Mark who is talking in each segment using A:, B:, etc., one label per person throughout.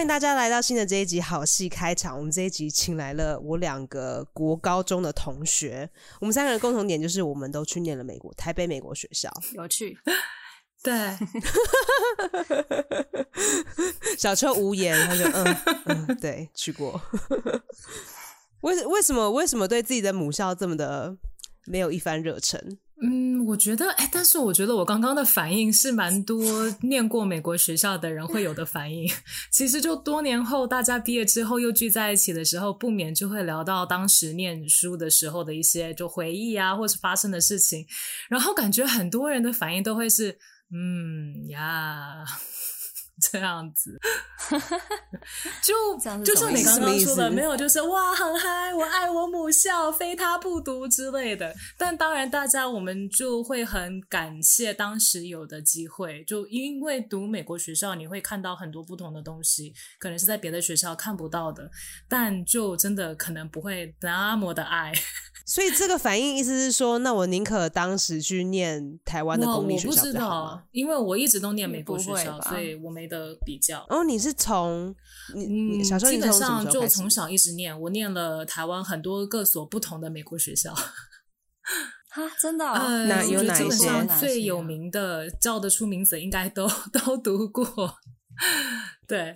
A: 迎大家来到新的这一集好戏开场。我们这一集请来了我两个国高中的同学，我们三个人共同点就是我们都去念了美国台北美国学 校。
B: 有趣，
C: 对，
A: 小秋无言，他就嗯嗯，对，去过。为为什么为什么对自己的母校这么的没有一番热忱？
C: 嗯，我觉得，哎，但是我觉得我刚刚的反应是蛮多念过美国学校的人会有的反应。 其实就多年后大家毕业之后又聚在一起的时候，不免就会聊到当时念书的时候的一些就回忆啊，或是发生的事情。然后感觉很多人的反应都会是，嗯呀。 这样 子，就
B: 这样是
C: 就
B: 什
C: 像
B: 么意
C: 你
B: 思
C: 刚
A: 什么
C: 刚
A: 意
C: 说
A: 思
C: 的，没有就是哇，很嗨，我爱我母校，非她不读之类的。但当然，大家我们就会很感谢当时有的机会，就因为读美国学校，你会看到很多不同的东西，可能是在别的学校看不到的，但就真的可能不会那么的爱。
A: 所以这个反应意思是说，那我宁可当时去念台湾的
C: 我
A: 公立
C: 我
A: 学
C: 不
A: 校
C: 知
A: 比较好吗？嗯
C: 道，啊因为我一直都念
B: 也
C: 美国
B: 不
C: 学
B: 会
C: 校，
B: 吧
C: 所以我没得比较。嗯
A: 哦，你是从你你小时候
C: 基
A: 你是
C: 本
A: 从什么
C: 上
A: 时候
C: 就
A: 开始
C: 从？小一直念，我念了台湾很多各所不同的美国学校。
B: 哈，真的哦、
C: 呃，
A: 那
C: 我
A: 有
C: 觉得
A: 哪
C: 基
A: 一
C: 本
A: 些
C: 上
B: 哪
C: 最
B: 些
C: 有
B: 啊
C: 名的、叫得出名字，应该都 都读过。对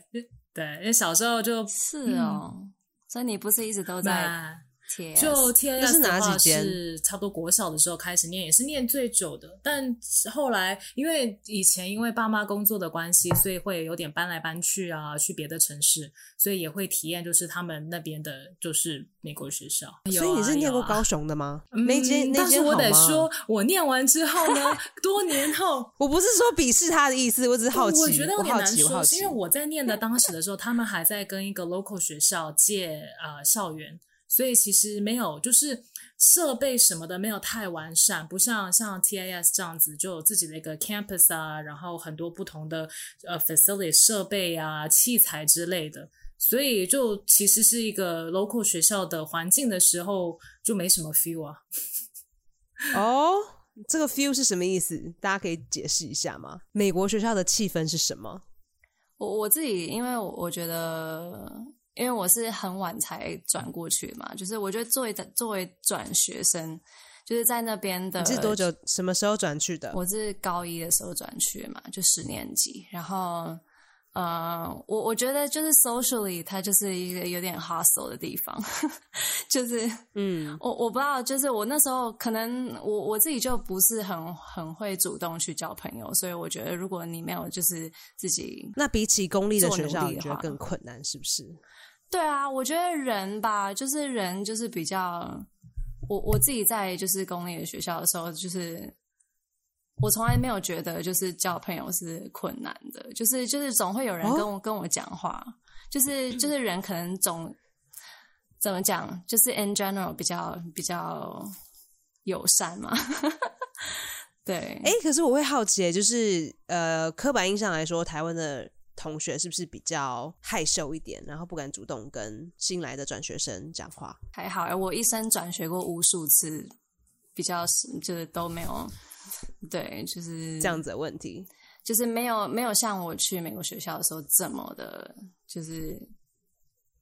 C: 对，因为小时候就是
B: 哦、
A: 嗯
B: 所以你不是一直都在
C: 在
B: 贴？
C: 就 T A
A: 那是
C: S
A: 哪
C: 的
A: 几
C: 话
A: 间
C: 是差不多国小的时候开始念，也是念最久的。但后来因为以前因为爸妈工作的关系，所以会有点搬来搬去啊，去别的城市，所以也会体验就是他们那边的，就是美国学校。有
A: 所以你
C: 啊
A: 是念
C: 有
A: 过
C: 啊
A: 高雄的吗？
C: 嗯
A: 那间那
C: 但是
A: 间
C: 我
A: 好
C: 得
A: 吗
C: 说，，我念完之后呢，多年后。
A: 我不是说鄙视他的意思，我只是好奇，
C: 我觉得有点
A: 好
C: 难
A: 奇，我
C: 说，
A: 好
C: 是
A: 奇
C: 因为。我在念的当时的时候，他们还在跟一个 local 学校借呃校园，所以其实没有就是设备什么的没有太完善，不像像 TAS 这样子就有自己的一个 campus 啊，然后很多不同的呃 facility 设备啊、器材之类的，所以就其实是一个 local 学校的环境的时候就没什么 feel 啊。
A: 哦，这个 feel 是什么意思？大家可以解释一下吗？美国学校的气氛是什么？
B: 我我自己，因为我我觉得，因为我是很晚才转过去嘛，就是我觉得作为作为转学生，就是在那边
C: 呃
B: 的
A: 你是多久、什么时候转去的？
B: 我是高一的时候转学嘛，就十年级。然后，呃，我我觉得就是 socially，它就是一个有点 hustle 的地方， 就是
A: 嗯，
B: 我我不知道，就是我那时候可能我我自己就不是很很会主动去交朋友，所以我觉得如果你没有就是自己
A: 那比起公立的
B: 做
A: 学
B: 努
A: 校，
B: 力
A: 你
B: 的
A: 觉得
B: 话
A: 更困难是不是？
B: 对啊，我觉得人吧，就是人就是比较，我我自己在就是公立的学校的时候，就是我从来没有觉得就是交朋友是困难的，就是就是总会有人
A: 哦
B: 跟我、跟我讲话，就是就是人可能总怎么讲，就是 in general 比较比较友善嘛， 对，
A: 哎、可是我会好奇，就是呃，刻板印象来说，台湾的同学是不是比较害羞一点，然后不敢主动跟新来的转学生讲话？
B: 还好，我一生转学过无数次，比较就是都没有。对，就是
A: 这样子的问题，
B: 就是没有没有像我去美国学校的时候这么的，就是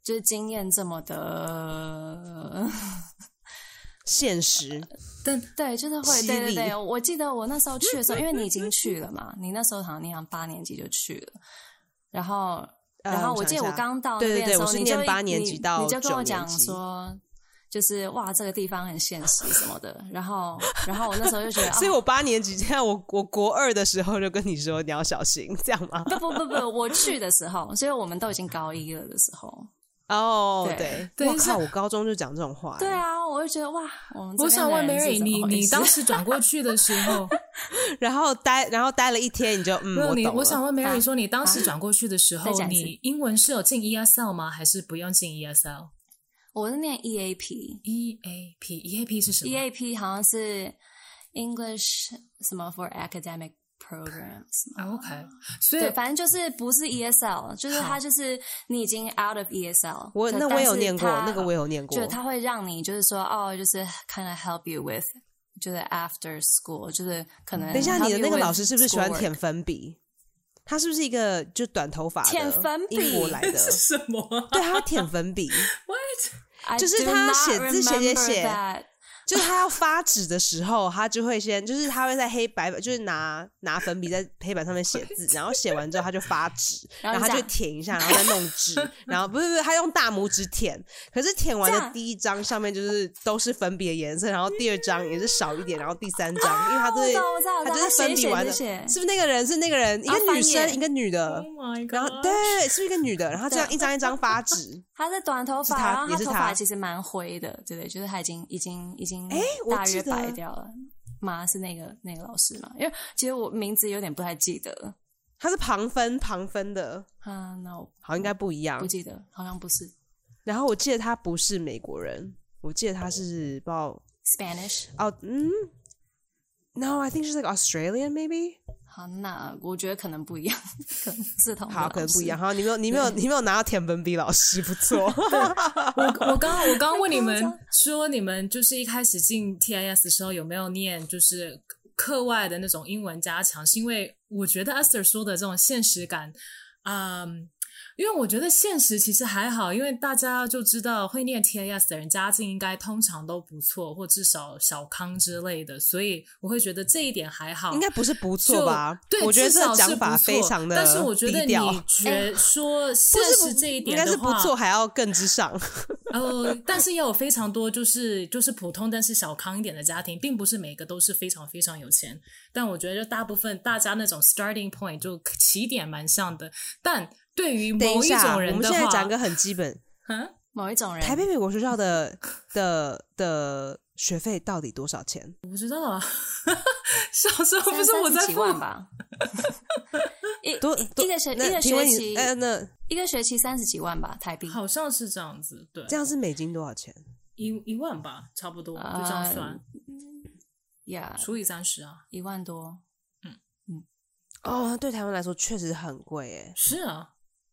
B: 就是经验这么的，
A: 现实
C: 但
B: 对，就是会，
A: 犀利
B: 对对对，我记得我那时候去的时候，因为你已经去了嘛，你那时候好像你好像八年级就去了，然后
A: 呃
B: 然后我
A: 我想
B: 记得
A: 一
B: 我
A: 下
B: 刚到那
A: 对对
B: 边的
A: 对
B: 时
A: 我
B: 候，
A: 是
B: 你就
A: 念
B: 一
A: 八年级
B: 你
A: 到
B: 你就跟
A: 九
B: 我
A: 年
B: 讲
A: 级
B: 说。就是哇，这个地方很现实什么的，然后，然后我那时候就觉 得，啊
A: 所以我八年级这样，我我国二的时候就跟你说你要小心，这样吗？
B: 不不不不，我去的时候，所以我们都已经高一了的时候，
A: 哦、
B: 对
A: 对，
C: 等
A: 我
C: 一下
A: 靠，我高中就讲这种话、
B: 对，啊，我就觉得哇，我们这
C: 我
B: 边
C: 想
B: 的
C: 问
B: 人是
C: Mary，
B: 怎么
C: 你
B: 回
C: 你
B: 事
C: 当时转过去的时候，
A: 然后待，然后待了一天，你就嗯，
C: 没有
A: 我
C: 你，
A: 懂了。
C: 我想问
B: 啊
C: Mary 说，你当时转过去的时
B: 再
C: 候，
B: 讲一次
C: 你英文是有进 ESL 吗？还是不用进 E ESL？EAP
B: 我是念 E EAP，EAP
A: E
C: EAP E 是什么
B: 好像是 English 什么 for Academic Program 什么。
C: 啊？OK，所以
A: 哦
B: 对，反正就是不是 ESL，就是
C: 好
B: 它就是你已经 out of E ESL
A: 我
B: 但
A: 那我也有
B: 但是
A: 念过，
B: 它
A: 那个我也有念过
B: 就。它会让你就是说哦，就是 kind of help you with，就是 after school，就是可能
A: 等一下，
B: help
A: 你的
B: you
A: 那个
B: with
A: 老师是不是喜欢
B: schoolwork
A: 填？分笔？他是不是一个就短头发的
B: 舔粉笔
A: 英国 来的？
C: 是什么啊
A: 对，他舔粉笔，
C: ？What？
B: I
A: 就是
B: do
A: 他
B: not
A: 写字写写写
B: remember that
A: 就是他要发纸的时候，他就会先，就是他会在黑白板，就是拿拿粉笔在黑板上面写 字，然后写完之后他就发纸，
B: 然
A: 然
B: 后
A: 后他就
B: 这样
A: 舔一下，然后再弄纸， 然后不是不是，他用大拇指舔，可是舔完
B: 这
A: 的
B: 样
A: 第一张上面就是都是粉笔的颜色，然后第二张也是少一点，然后第三张，因为他都
B: 我
A: 是
B: 知道我知道我
A: 他
B: 知道
A: 就
B: 他
A: 是粉
B: 写一
A: 笔
B: 写
A: 完
B: 就
A: 的，
B: 写
A: 是不是那个人是那个人，一
B: 啊
A: 个女
B: 翻页
A: 生一个女的
C: Oh，my god！
A: 呃然后对，是一个女的，然后这样一张一张发纸，
B: 他是短头
A: 是
B: 发，
A: 他
B: 然后
A: 也是
B: 头
A: 他
B: 发其实蛮灰的，对不对？就是他已经已经已经
A: 诶我
B: 大
A: 记
B: 约
A: 得
B: 白掉了。妈是那个那个老师嘛？因为其实我名字有点不太记得了
A: 她是旁分旁分的，
B: 啊，那我
A: 好像应该不一样
B: 不，记得，好像不是
A: 然后我记得他不是美国人，我记得他是不知道
B: Spanish。
A: 哦，嗯，No, I think she's like Australian maybe。
B: 好，那我觉得可能不一样，可能是同一个
C: 哦
A: 好，可能
B: 老
A: 不一
B: 师
A: 样。。好，你没有，你没有，你没有拿到田本笔老师，不错。
C: 我我刚我刚问你们
B: 太夸张
C: 说，你们就是一开始进 TIS 的时候有没有念就是课外的那种英文加强？是因为我觉得 Esther 说的这种现实感，嗯。因为我觉得现实其实还好，因为大家就知道会念 TIS 的人家境应该通常都不错，或至少小康之类的，所以我会觉得这一点还好。
A: 应该不是不
C: 就
A: 错吧？
C: 对，
A: 我觉得
C: 至
A: 这
C: 少
A: 个
C: 是
A: 讲法
C: 不
A: 非
C: 错
A: 常的
C: 但是我觉得
A: 低调哎
C: 你觉说现
A: 不是
C: 实
A: 不
C: 这一
A: 应
C: 点
A: 该
C: 的
A: 是不
C: 话
A: 错，还要更之上。
C: 呃，但是也有非常多就是就是普通但是小康一点的家庭，并不是每个都是非常非常有钱。但我觉得大部分大家那种 starting point 就起点蛮像的。但对于
A: 等一
C: 某
A: 下，
C: 种
A: 我
C: 人
A: 们
C: 的
A: 现在讲一
C: 话，
A: 个很基本，
C: 嗯，
B: 某一种人，
A: 台北美国学校的的的学费到底多少钱？
C: 我不知道啊。 小时候
B: 三
C: 不是我
B: 三
C: 在
B: 十几
C: 付
B: 万吧？一
A: 多
B: 一个学
A: 那
B: 一个
A: 请问
B: 学
A: 你
B: 期
A: 呃，那
B: 一个学期三十几万吧台币。
C: 好像是这样子，对，
A: 这样是美金多少钱？
C: 一一万吧，差不多就这
A: 啊
C: 样算，
B: 呀，
C: 除以三十啊，
B: 一万多，
A: 哦，那对台湾来说确实很贵诶，
C: 是啊，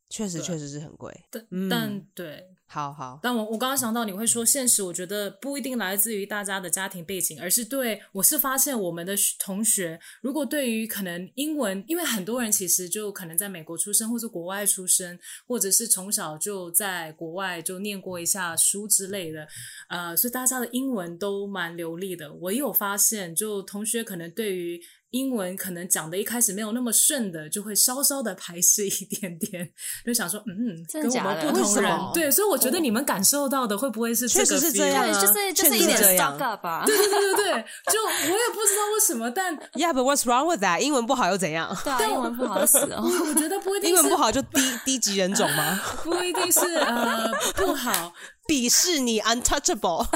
A: 确实
C: 对
A: 确实是很贵。
C: 但、
A: 嗯
C: 但对，
A: 好好，
C: 但我我刚刚想到你会说现实，我觉得不一定来自于大家的家庭背景，而是对我是发现我们的学同学，如果对于可能英文，因为很多人其实就可能在美国出生，或者国外出生，或者是从小就在国外就念过一下书之类的，呃，所以大家的英文都蛮流利的。我也有发现，就同学可能对于英文可能讲的一开始没有那么顺的，就会稍稍的排斥一点点，就想说，嗯，
B: 真
C: 跟
B: 的
C: 我们
B: 假的
C: 不同
A: 为
C: 人
A: 什么，哦
C: 对，所以我觉得你们感受到的会不会是
A: 确
C: 这个
A: 实是
C: feel？
A: 这样
B: 对，
A: 啊
B: 就是就
A: 确
B: 是
A: 实
B: 一点
A: 这样
B: stock up 吧。
C: 对对对对，就我也不知道为什么，但
A: Yeah, but what's wrong with that？英文不好又怎样？
B: 对啊，英文不好死哦。
C: 我觉得不一定
A: 英文
C: 是
A: 不好就低低级人种吗？
C: 不一定是呃不好，
A: 鄙视你 untouchable，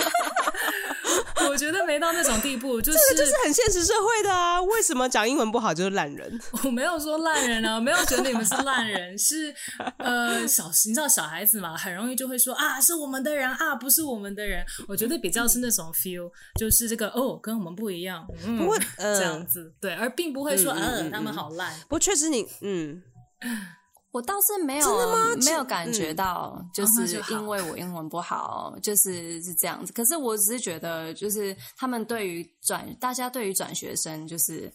C: 我觉得没到那种地步，就是
A: 这就是很现实社会的啊。为什么讲英文不好就是烂人？
C: 我没有说烂人啊，没有觉得你们是烂人，是呃小，你知道小孩子嘛，很容易就会说啊是我们的人啊，不是我们的人。我觉得比较是那种 feel，就是这个哦跟我们不一样，嗯，
A: 不过
C: 这样
A: 嗯，
C: 子对，而并不会说
A: 嗯嗯
C: 呃
A: 嗯
C: 他们好烂，
A: 不过确实你 嗯，
B: 我倒是没有没有感觉到，就
C: 那
B: 是
C: 就好
B: 因为我英文不好，就是是这样子。可是我只是觉得，就是他们对于转，大家对于转学生，就是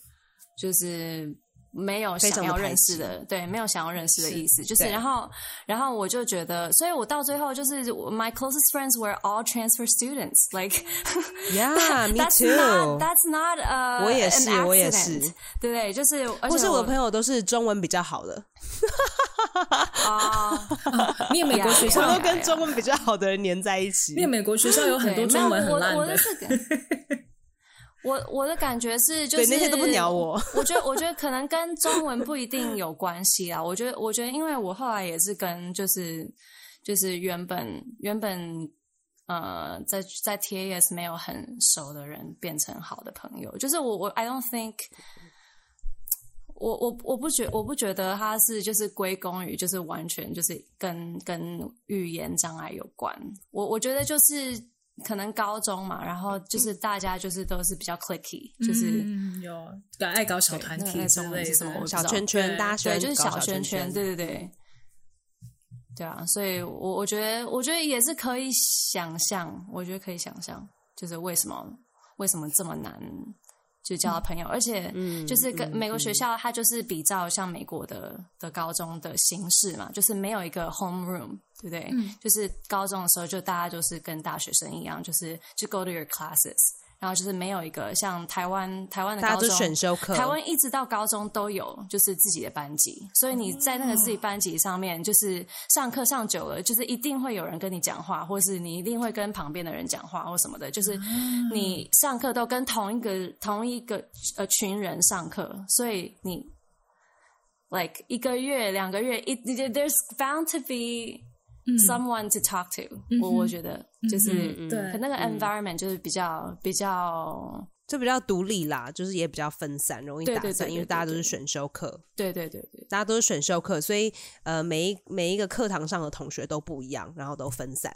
B: 就是没有想要认识的，对，没有想要认识的意思。就是
A: 对
B: 然后然后我就觉得，所以我到最后就是我 my closest friends were all transfer students, like
A: Yeah, 啊 me
B: that's
A: too.
B: not that's not 呃、
A: 我也是
B: an
A: 我也是
B: accident 对不对？就是而且
A: 或是我的朋
B: 友
A: 友都是中文比较好的，
B: 啊。
C: 念美国学
A: 我
C: 校
A: 都。跟中文比较好的人黏在一起。
C: 念美国学校有很
B: 对，
C: 多
B: 没有
C: 中文很烂
B: 我我
C: 的
B: 的，这个，我我的感觉是，就是
A: 对那些都不鸟我。
B: 我觉得，我觉得可能跟中文不一定有关系啊。我觉得，我觉得，因为我后来也是跟就是就是原本原本呃在在 TAS 没有很熟的人变成好的朋友，就是我我 I don't think。我我我不觉我不觉得他是就是归功于就是完全就是跟跟语言障碍有关。我我觉得就是可能高中嘛，然后就是大家就是都是比较 clicky，就是、
C: 嗯有搞爱搞小团
B: 那
C: 体
B: 个
C: 之
B: 中
C: 类
B: 文是什么
C: 的
B: 我，
A: 小圈圈，
C: 对
A: 大家喜
B: 对，
A: 欢
B: 就是
A: 搞
B: 小
A: 圈
B: 圈圈，对对对，对啊，所以我我觉得我觉得也是可以想象，我觉得可以想象，就是为什么为什么这么难就交到朋友，而且
A: 嗯
B: 就是跟
A: 嗯
B: 美国学校，它就是比照像美国的的高中的形式嘛，就是没有一个 home room，对不对？
A: 嗯
B: 就是高中的时候，就大家就是跟大学生一样，就是就 go to your classes，然后就是没有一个像台湾台湾的
A: 大家
B: 高
A: 都
B: 中
A: 选修课，
B: 台湾一直到高中都有，就是自己的班级，所以你在那个自己班级上面，就是上课上久了，就是一定会有人跟你讲话，或是你一定会跟旁边的人讲话或什么的，
A: 啊
B: 就是你上课都跟同一个同一个呃群人上课，所以你 like 一个月两个月，一 there's bound to be someone to talk to，、我我觉得就是、
A: 嗯
C: 对
B: 可那个 environment 就是比较比较。
A: 就比较独立啦，就是也比较分散，容易
B: 对
A: 打
B: 对对
A: 散，
B: 对
A: 因为大家
B: 对
A: 都是
B: 对
A: 选修课，
B: 对对对对
A: 大家都是选修课，所以呃，每一每一个课堂上的同学都不一样，然后都分散，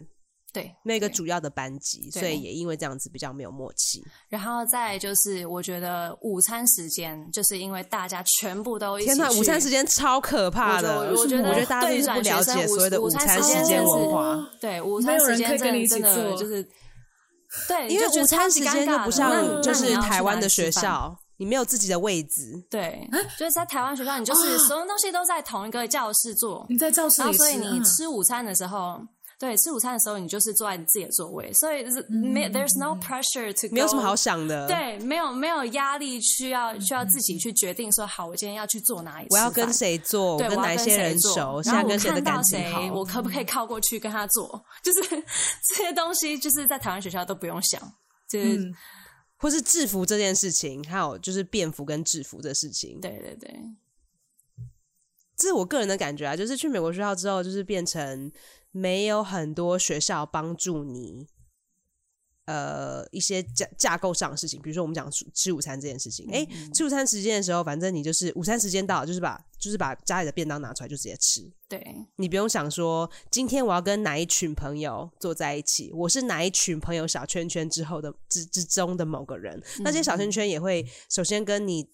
B: 对，
A: 没有一个
B: 对
A: 主要的班级，
B: 对
A: 所以也因为这样子比较没有默契。
B: 然后再就是，我觉得午餐时间，就是因为大家全部都一起
A: 天哪，
B: 去
A: 午餐时间超可怕的！
B: 我觉得
A: 我觉得
B: 我觉得
A: 大家真的是不了解所谓的午餐时间文
C: 哦
A: 化，
B: 对午
C: 没
B: 餐
C: 有
B: 时
C: 人可
B: 间
C: 以跟你一起
B: 真的真的
C: 做
B: 就是对，
A: 因
B: 你就觉
A: 为
B: 得
A: 午餐时间就不
B: 超级尴
A: 像
B: 尬的
A: 就是
B: 那
A: 台湾的学，
B: 那你要去哪里吃饭
A: 校，啊你没有自己的位置，
B: 对，就是在台湾学校，你
A: 啊
B: 就是所有东西都在同一个教室做，
A: 嗯
C: 你在教室
B: 然后
C: 里
B: 哦所以你
C: 嗯
B: 吃午餐的时候。对，吃午餐的时候你就是坐在你自己的座位，所以是没 there's no pressure to go,
A: 嗯没有什么好想的。，
B: 对，没有没有压力，需要需要自己去决定说，好，我今天要去做哪里
A: 我
B: 吃饭，
A: 要跟谁坐，
B: 对，
A: 跟
B: 我要
A: 哪些
B: 谁
A: 人
B: 做
A: 熟，现在
B: 然后我
A: 跟谁的
B: 看到
A: 感情
B: 谁，
A: 好，
B: 我可不可以靠过去跟他做？就是这些东西，就是在台湾学校都不用想，就是、
C: 嗯
A: 或是制服这件事情，还有就是便服跟制服的事情，
B: 对对对，
A: 这是我个人的感觉啊。就是去美国学校之后，就是变成没有很多学校帮助你，呃，一些架架构上的事情，比如说我们讲吃吃午餐这件事情，诶，吃午餐时间的时候，反正你就是午餐时间到了，就是把就是把家里的便当拿出来就直接吃。
B: 对
A: 你不用想说，今天我要跟哪一群朋友坐在一起，我是哪一群朋友小圈圈之后的之之中的某个人。那些小圈圈也会首先跟你，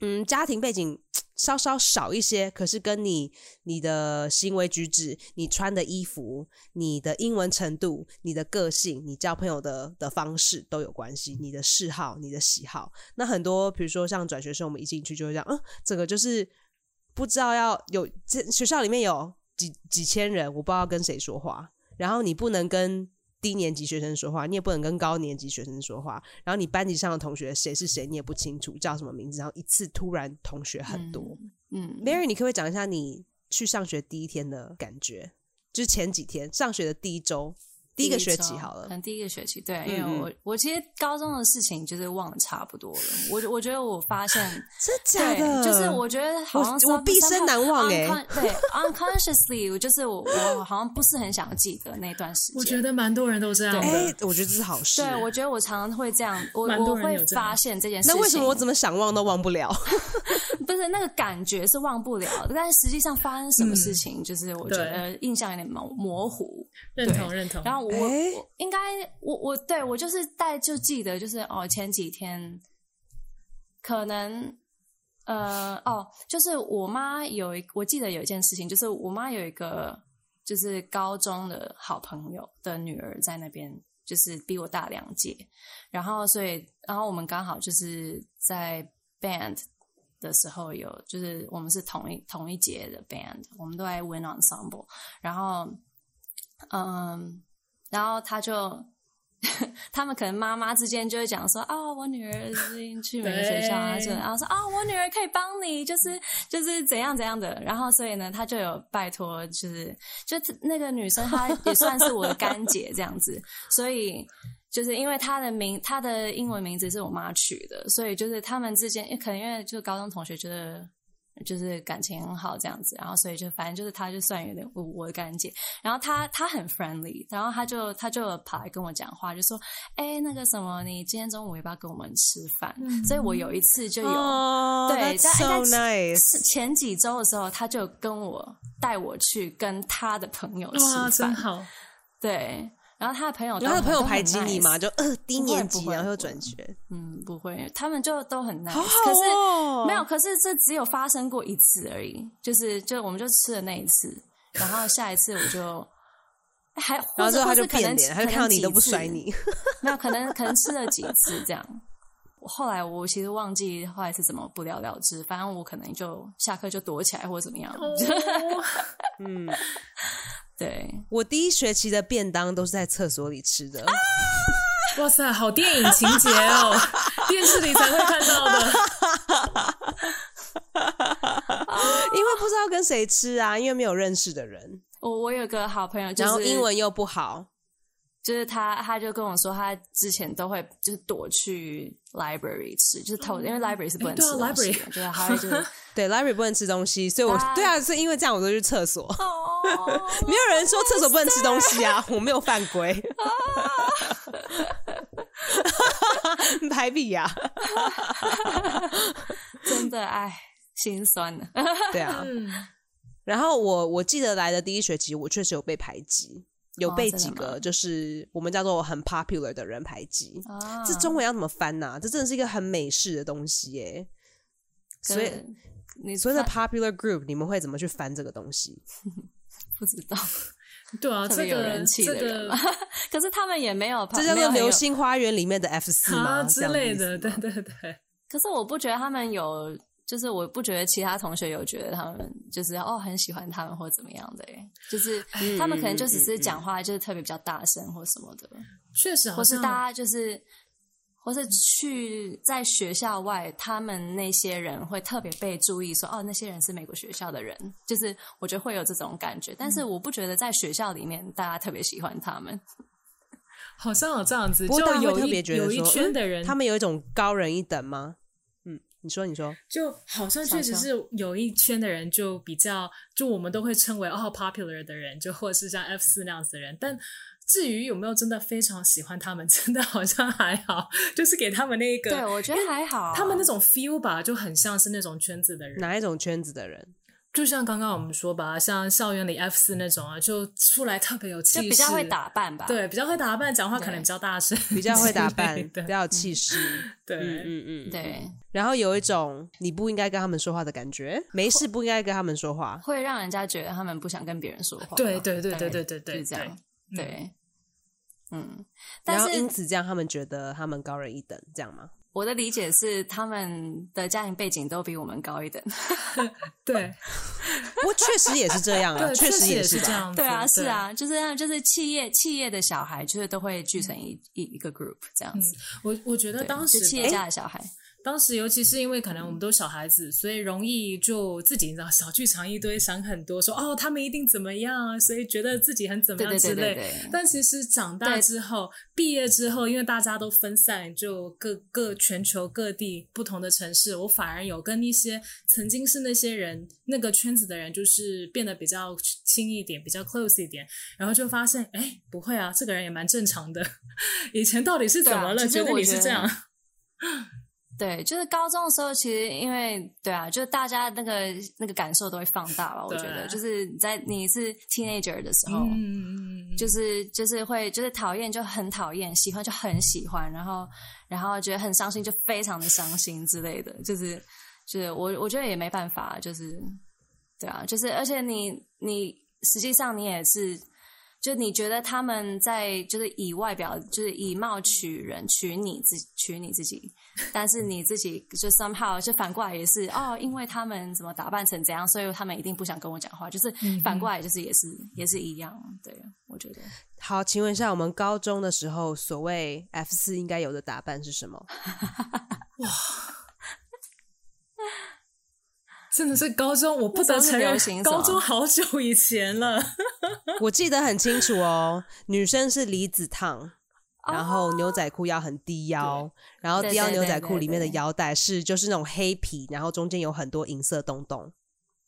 A: 嗯，家庭背景稍稍少一些，可是跟你你的行为举止、你穿的衣服、你的英文程度、你的个性、你交朋友的的方式都有关系，你的嗜好、你的喜好。那很多，比如说像转学生，我们一进去就会这样，嗯，整个就是不知道要有这学校里面有几几千人，我不知道要跟谁说话，然后你不能跟。低年级学生说话，你也不能跟高年级学生说话。然后你班级上的同学谁是谁，你也不清楚叫什么名字。然后一次突然同学很多，
B: 嗯，
A: Mary，你可不可以讲一下你去上学第一天的感觉？就是前几天上学的第一周，第一个学期
B: 周
A: 好
B: 可
A: 了。
B: 能第一个学期对，
A: 嗯
B: 因为
A: 嗯
B: 我我其实高中的事情就是忘得差不多了，我我觉得我发现。
A: 真假
B: 对，
A: 的？
B: 就是我觉得好像
A: 我我毕生难忘欸
B: 哎、对，unconsciously，我就是我我好像不是很想记得那段时间。
C: 我觉得蛮多人都这样
A: 哎、
C: 的。
A: 我觉得这是好事。欸
B: 对，我觉得我常常会这样，我
C: 蛮
B: 我
C: 多人
B: 会
C: 有这样
B: 发现这件事
A: 那
B: 情。
A: 为什么我怎么想忘都忘不 了？
B: 不是那个感觉是忘不了的，但是实际上发生什么事
A: 嗯
B: 情，就是我觉得印象有点模模糊。
C: 认同认同。
B: 然后我,、
A: 哎
B: 我应该我我对我就是在就记得就是哦前几天可能呃哦就是我妈有一我记得有一件事情，就是我妈有一个就是高中的好朋友的女儿在那边，就是比我大两届，然后所以，然后我们刚好就是在 band 的时候有，就是我们是同一同一节的 band，我们都在 win ensemble，然后，嗯，然后他就。 他们可能妈妈之间就会讲说啊、我女儿最近去每个学校啊，
C: 对
B: 就然后说啊、我女儿可以帮你，就是就是怎样怎样的。然后所以呢，他就有拜托，就是就那个女生，她也算是我的干姐这样子，所以就是因为他的名，他的英文名字是我妈取的，所以就是他们之间，也可能因为就是高中同学觉得就是感情很好这样子，然后所以就反正就是他就算有点我我的干姐，然后他他很 friendly，然后他就他就跑来跟我讲话，就说哎、那个什么，你今天中午要不要跟我们吃饭？所以我有一次就有。
A: 哦
B: 对，
A: that's
B: 在在
A: so nice。
B: 是前几周的时候，他就跟我带我去跟他的朋友
C: 哇，
B: 吃
C: 真
B: 饭，
C: 好！
B: 对，然后他的朋友都，
A: 然后他的朋友
B: 都很
A: 排挤你
B: nice
A: 嘛，就呃低
B: 不会
A: 年
B: 不
A: 级，
B: 会
A: 然后又
B: 不
A: 转
B: 会
A: 学，
B: 嗯，不会，他们就都很 nice，
A: 好好哦
B: 可是没有，可是这只有发生过一次而已，就是就我们就吃了那一次，然后下一次我就还，
A: 然后
B: 或
A: 之
B: 者
A: 后他
B: 或
A: 就是
B: 可能
A: 变脸，他就
B: 可能
A: 看到你
B: 几
A: 都不
B: 次
A: 甩你，
B: 没有，可能可能吃了几次这样。后来我其实忘记后来是怎么不了了之，反正我可能就下课就躲起来或者怎么样。
A: 哦
C: 哦
A: 嗯，
B: 对，
A: 我第一学期的便当都是在厕所里吃的，
C: 哇塞，好电影情节哦，电视里才会看到的。
A: 因为不知道跟谁吃啊，因为没有认识的人，
B: 我我有个好朋友，就
A: 然后
B: 是
A: 英文又不好，
B: 就是他，他就跟我说，他之前都会就是躲去 library 吃，就是偷，
A: 哦
B: 因为 library 是不能吃
C: 对啊
B: 东西的，
C: library
B: 就是他会就是
A: 对 library 不能吃东西，所以我
B: 啊
A: 对啊，是因为这样我都去厕所，
B: 哦，
A: 没有人说厕所不能吃东西啊，我没有犯规，
B: 啊
A: 排比呀，
B: 真的哎，心酸呢。
A: 对啊，
C: 嗯，
A: 然后我我记得来的第一学期，我确实有被排挤，有
B: 哦
A: 被
B: 真的
A: 几
B: 吗
A: 个就是我们叫做很 popular 的人排挤。
B: 啊
A: 这中文要怎么翻呐、这真的是一个很美式的东西耶。所以
B: 跟你
A: 所谓的
B: 他
A: popular group，你们会怎么去翻这个东西？
B: 不知道，
C: 对啊，
B: 特
C: 这
B: 别有
C: 个
B: 人气
C: 这
B: 的
C: 个
B: 人 嘛，可是他们也没有，
A: 这叫
B: 没
A: 做
B: 有
A: 《
B: 很有
A: 流星花园》里面的 F 四吗？
C: 啊
A: 这
C: 之
A: 样
C: 类
A: 意思
C: 的，
A: 吗
C: 对对对。
B: 可是我不觉得他们有，就是我不觉得其他同学有觉得他们就是哦很喜欢他们或怎么样的耶，就是
A: 嗯
B: 他们可能就只是讲话就是特别比较大声或什么的，
C: 确实好
B: 或是
C: 像
B: 大家就是。或是去在学校外，他们那些人会特别被注意说哦，那些人是美国学校的人，就是我觉得会有这种感觉。但是我不觉得在学校里面大家特别喜欢他们，
C: 好像有这样子，
A: 不过大
C: 就
A: 家
C: 有
A: 会特
C: 一
A: 别觉得
C: 有
A: 说，
C: 一圈的
A: 嗯
C: 人，
A: 他们有一种高人一等吗？嗯，你说，你说，
C: 就好像
B: 想
C: 确实
B: 象
C: 是有一圈的人就比较，就我们都会称为哦 popular 的人，就或者是像 F 四那样子的人，但。至于有没有真的非常喜欢他们， 真的好像还好，就是给他们那一个
B: 对我觉得还好啊。
C: 他们那种 feel 吧，就很像是那种圈子的人。
A: 哪一种圈子的人？
C: 就像刚刚我们说吧，像校园里 F 四那种啊，就出来特别有气
B: 就
C: 势，
B: 比较会，打扮吧，
C: 对，比较会打扮，讲话可
B: 对
C: 能比较大声，
A: 比较会打
C: 之类
A: 扮，
C: 的
A: 比较有气势。
C: 对，
A: 嗯嗯嗯，
B: 对，
A: 然后有一种你不应该跟他们说话的感觉，没事不应该跟他们说话。
B: 会让人家觉得他们不想跟别人说话。
C: 对对对
B: 对
C: 对对对对
B: 就是这样。
C: 对
B: 对，嗯，但
A: 然后因
B: 是
A: 此这样，他们觉得他们高人一等，这样吗？
B: 我的理解是，他们的家庭背景都比我们高一等。
C: 对
A: 不过确实也是这样啊，
C: 对，确
A: 实
C: 也
A: 是吧
C: 这。样子，
B: 对啊，是。啊，就是他们就是企业企业的小孩，就是都会聚成
C: 嗯
B: 一一一个 group 这样子。
C: 我我觉得
B: 对，
C: 当
B: 就
C: 时
B: 企业家的小孩，
C: 当时尤其是因为可能我们都小孩子，所以容易就自己你知道小剧场一堆，想很多，说哦他们一定怎么样啊，所以觉得自己很怎么
B: 对
C: 样
B: 对
C: 之
B: 对对
C: 类。
B: 对，
C: 但其实长大
B: 对
C: 之后，毕业之后，因为大家都分散，就各各全球各地不同的城市，我反而有跟一些曾经是那些人那个圈子的人，就是变得比较亲一点，比较 close 一点，然后就发现，哎，不会啊，这个人也蛮正常的。 以前到底是怎么了？
B: 对啊其实
C: 觉得
B: 我
C: 你
B: 觉
C: 是
B: 得
C: 这样，
B: 对，就是高中的时候，其实因为对啊，就是大家那个那个感受都会放大吧。我觉得，
C: 对
B: 就是你在你是 teenager 的时候，
C: 嗯，
B: 就是就是会就是讨厌就很讨厌，喜欢就很喜欢，然后然后觉得很伤心就非常的伤心之类的，就是就是我我觉得也没办法，啊就是对啊，就是而且你你实际上你也是。就你觉得他们在就是以外表就是以貌取人取你自取你自己，但是你自己就 somehow 就反过来也是哦，因为他们怎么打扮成怎样，所以他们一定不想跟我讲话，就是
A: 嗯
B: 反过来就是也是、也是一样，对，我觉得
A: 好，请问一下，我们高中的时候，所谓 F 四应该有的打扮是什么？
C: 真的是高中，我不得承认
B: 那时候是流行，什么
C: 高中好久以前了。
A: 我记得很清楚哦，女生是离子烫。然后牛仔裤要很低腰，然后
B: 哦对
A: 低腰
B: 对
A: 牛
B: 对
A: 仔
B: 对
A: 裤里面的
B: 对
A: 腰带是就是那种黑皮，然后中间有很多银色洞洞。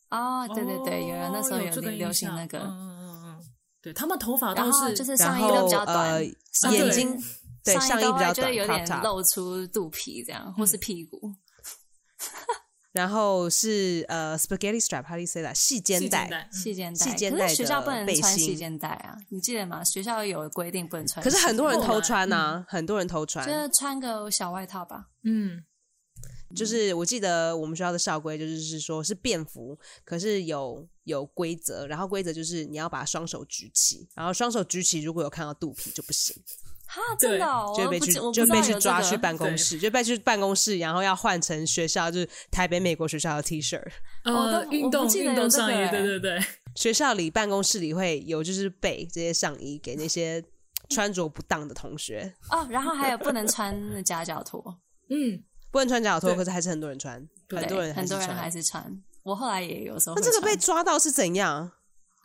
B: 哦， 对对对，原来那
A: 哦
B: 时候
C: 哦有
B: 有
C: 这个
B: 流流行
C: 印象
B: 那个，
C: 嗯嗯嗯嗯，对他们头发
B: 然
C: 都
B: 后
C: 是
B: 就是
A: 然
B: 上衣都
A: 后
B: 比较短，
A: 呃
B: 上衣
C: 眼
A: 睛对
B: 上
A: 上衣
B: 都
A: 比较
B: 会就
A: 短
B: 会有
A: crop
B: 点
A: top 嗯
B: 露出肚皮这样，或是屁股，
A: 然后是呃 spaghetti strap，how do you say that？细肩
C: 细
A: 带。
B: 细肩带。
A: 细肩带
B: 可是学校不能
A: 的背
B: 穿
A: 心
B: 细肩带啊，你记得吗？学校有规定不能穿
A: 可
B: 细
A: 是
B: 肩带，
A: 很多人偷
C: 后来
B: 嗯
A: 穿呐、很多人偷穿。
B: 就是穿个小外套吧。
C: 嗯，
A: 就是我记得我们学校的校规就是是说是便服，可是有有规则，然后规则就是你要把双手举起，然后双手举起如果有看到肚皮就不行。
B: 哈，真的、哦，
A: 就
B: 我
A: 被
B: 不
A: 去
B: 知我不
A: 就
B: 知道
A: 被
B: 有
A: 去
B: 这
A: 抓
B: 个
A: 去办公
C: 对
A: 室，就被去办公室，然后要换成学校，就是台北美国学校的 T 恤。
B: 哦
C: 呃
B: 都，我
C: 运
B: 不
C: 动
B: 记得
C: 运
B: 有
C: 动
B: 这
C: 上
B: 个
C: 衣，
B: 欸
C: 对对对，
A: 学校里办公室里会有就是备这些上衣给那些穿着不当的同学，
B: 哦，然后还有不能穿的夹脚拖，
C: 嗯，
A: 不能穿脚拖，
C: 对
A: 可是还是很多人穿，
C: 对
A: 很多
B: 对，
A: 人还
B: 很
A: 是
B: 多人
A: 穿。
B: 还是穿。我后来也有时候
A: 那
B: 会
A: 这
B: 穿，
A: 个被抓到是怎样？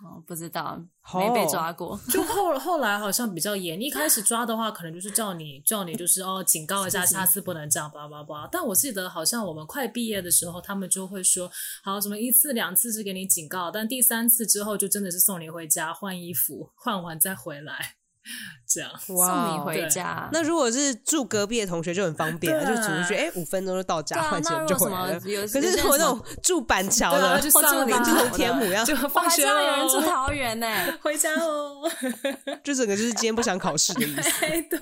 B: 哦不知道，
A: 哦
B: 没被抓过。
C: 就后后来好像比较严，一开始抓的话，可能就是叫你叫你就是哦，警告一下，下次不能这样，叭叭叭。但我记得好像我们快毕业的时候，他们就会说，好什么一次两次是给你警告，但第三次之后就真的是送你回家换衣服，换完再回来， 这样。
B: 送你
A: 哦
B: 回
C: 对
B: 家。
A: 那如果是住隔壁的同学就很方便啊，
C: 对
A: 就
C: 啊
A: 只是觉得哎五分钟就到
B: 对
A: 家，
B: 啊
A: 换，
B: 那
A: 钱
B: 如
A: 就
B: 果
A: 回
B: 什
A: 来
B: 么
A: 了。
B: 有，
A: 可
B: 有
A: 是
B: 些
A: 我
B: 什
A: 那
B: 么
A: 种住板桥
C: 对啊
A: 的，
C: 就
A: 或
C: 上
A: 住
C: 了
A: 林
C: 吧
A: 住天母，要哦
C: 就
B: 哦我
C: 放
B: 还知
C: 学
B: 道有 人住
C: 喽，
B: 桃园呢、
C: 回家哦。
A: 就整个就是今天不想考试的意 思。
C: 哎，对，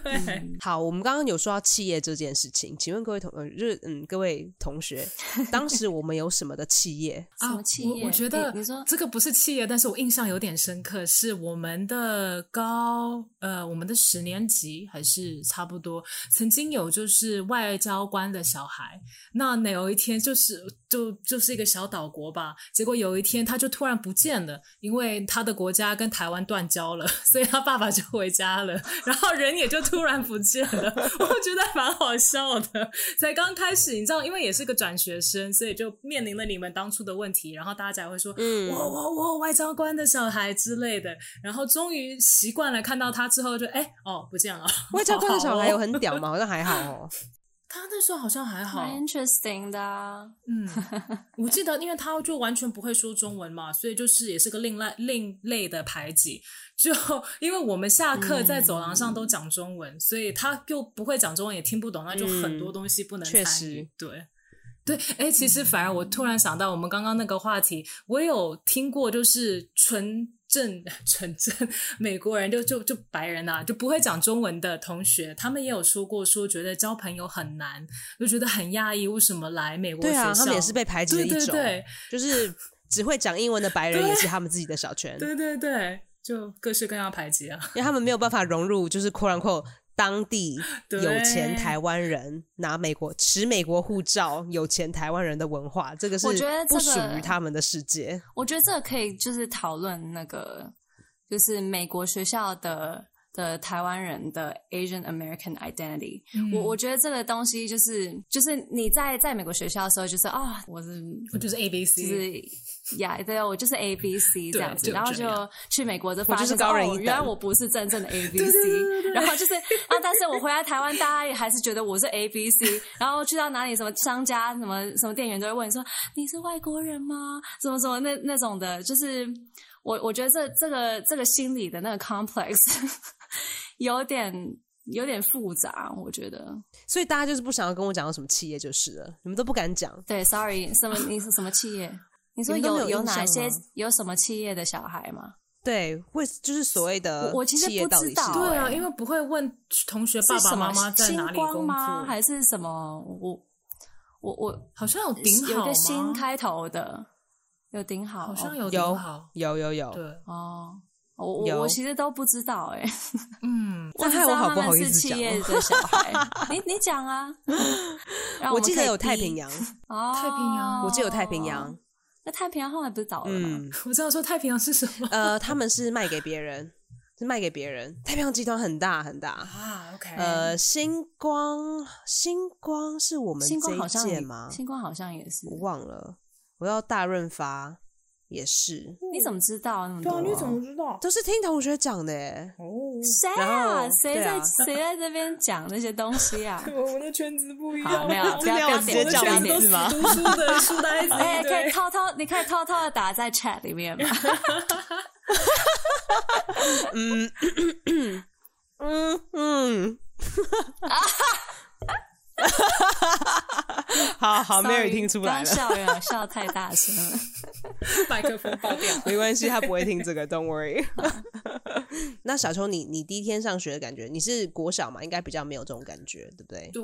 A: 好，我们刚刚有说到企业这件事情，请问各位同呃，就是嗯，各位同学，当时我们有什么的企业？
B: 什么企业？
C: 啊我我觉得
B: 你你说
C: 这个不是企业，但是我印象有点深刻，是我们的高呃，我们的十年级还是差不多，曾经有就是外交官的小孩，那哪有一天就是就就是一个小岛国吧，结果有一天他就突然不见了，因为他的国家跟台湾断交了， 所以他爸爸就回家了，然后人也就突然不见了， 我觉得蛮好笑的。才刚开始，你知道，因为也是个转学生，所以就面临了你们当初的问题，然后大家才会说，
A: 嗯
C: 我我我外交官的小孩之类的，然后终于习惯了看到他之后就，哎哦不见了，
A: 外交官的小孩有很屌
C: 好好哦？
A: 吗？好像还好哦。
C: 他那时候好像还好
B: 蛮，interesting 的、啊，
C: 嗯，我记得，因为他就完全不会说中文嘛，所以就是也是个另类另类的排挤。就因为我们下课在走廊上
A: 嗯
C: 都讲中文，所以他又不会讲中文，也听不懂，那就很多东西不能参
A: 嗯确
C: 与。
A: 实
C: 对。对，哎，其实反而我突然想到，我们刚刚那个话题，我有听过，就是纯正 纯正美国人就就就白人啊，就不会讲中文的同学，他们也有说过，说觉得交朋友很难，就觉得很压抑，为什么来美国学
A: 对
C: 校？
A: 啊，他们也是被排挤的
C: 对
A: 一种，
C: 对对
A: 就是只会讲英文的白人
C: 对
A: 也是他们自己的小圈，
C: 对对对，就各式各样排挤啊。
A: 因为他们没有办法融入，就是 “quote unquote” 当地
C: 对
A: 有钱台湾人拿美国持美国护照有钱台湾人的文化，这个是
B: 我觉得这
A: 不
B: 个
A: 属于他们的世界。
B: 我觉得这个可以就是讨论那个，就是美国学校的的台湾人的 Asian American identity。我
C: 嗯
B: 我觉得这个东西就是就是你在在美国学校的时候，就是啊、我是
C: 我就是 A B
B: 就
C: C，
B: 是呀，对啊我就是 A B C 这样子，
C: 啊就
B: 然后
C: 这
B: 就
C: 样
B: 去美国就发
A: 我就是
B: 现
A: 高人一
B: 哦，
A: 等
B: 原来我不是真正的 A B
C: 对
B: C，
C: 对对对
B: 然后就是啊，但是我回来台湾，大家也还是觉得我是 A B C，然后去到哪里什么商家什么什么店员都会问说你是外国人吗？什么什么那那种的，就是我我觉得这这个这个心理的那个 complex 有点有点复杂，我觉得。
A: 所以大家就是不想要跟我讲到什么企业就是了，你们都不敢讲。
B: 对，sorry，什么？你是什么企业？你说
A: 你们都没
B: 有
A: 有
B: 有
A: 印象
B: 哪些
A: 吗
B: 有什么企业的小孩吗？
A: 对，为就是所谓的
B: 我我其实
A: 企业
B: 不
A: 到底
B: 知道
A: 是
B: 对
C: 对啊，因为不会问同学爸
B: 是
C: 爸
B: 什么
C: 妈妈在
B: 星
C: 哪里
B: 光
C: 工
B: 吗？
C: 作，
B: 还是什么？我我我
C: 好像有顶
B: 有
C: 好
B: 一
C: 吗
B: 个新，开头的，有顶好，
C: 好像
B: 哦
C: 有顶
A: 有
C: 好，
A: 有有有，
C: 对，
B: 哦。我我
A: 有
B: 我其实都不知道哎、
C: 嗯，
A: 那
B: 只
A: 害
B: 知
A: 我
B: 道
A: 好
B: 他
A: 不好
B: 们
A: 意
B: 是
A: 思
B: 企
A: 讲
B: 业
A: 哦。
B: 的小孩。你你 讲啊，然后
A: 我记得有
B: 可以
A: 太
B: 逼
A: 平，洋，
B: 哦、
C: 太平洋
A: 我记得有太平洋，，
B: 那太平洋后来不是倒了吗？
A: 嗯，
C: 我知道说太平洋是什 么
A: 呃，他们是卖给别人，是卖给别人。太平洋集团很大很大，
C: 啊，OK，
A: 呃，星光星光是我们
B: 星
A: 这
B: 光好
A: 一
B: 像
A: 届
B: 也
A: 吗？
B: 星光好像也是
A: 我，忘了，我要大润发也是，
B: 你怎么知道啊那么多、
C: 啊知道？
A: 都是听同学讲的欸。
C: 哦，
B: 谁
A: 然
B: 啊
A: 后？
B: 谁
A: 对
B: 在、
A: 啊
B: 谁在这边讲那些东西 啊？
C: 我们的圈子不一
B: 好，没有，不
A: 这边
B: 要
A: 我
B: 不要
A: 直接
B: 点，
A: 叫
B: 不要
A: 名
B: 点
A: 字。吗
C: 读书的书呆子
A: 啊
B: 哎，可以偷偷，你可以偷偷的打在 chat 里面 吗？
A: 嗯嗯。 好好，啊没有人
B: Sorry，
A: 听出来 了，
B: 刚 笑人笑太 大声了。
C: 麦克风爆掉。
A: 没关系，他不会听这个，Don't worry。 那小秋你，你第一天上学的感觉，你是国小嘛，应该比较没有这种感觉，对不对？
C: 对，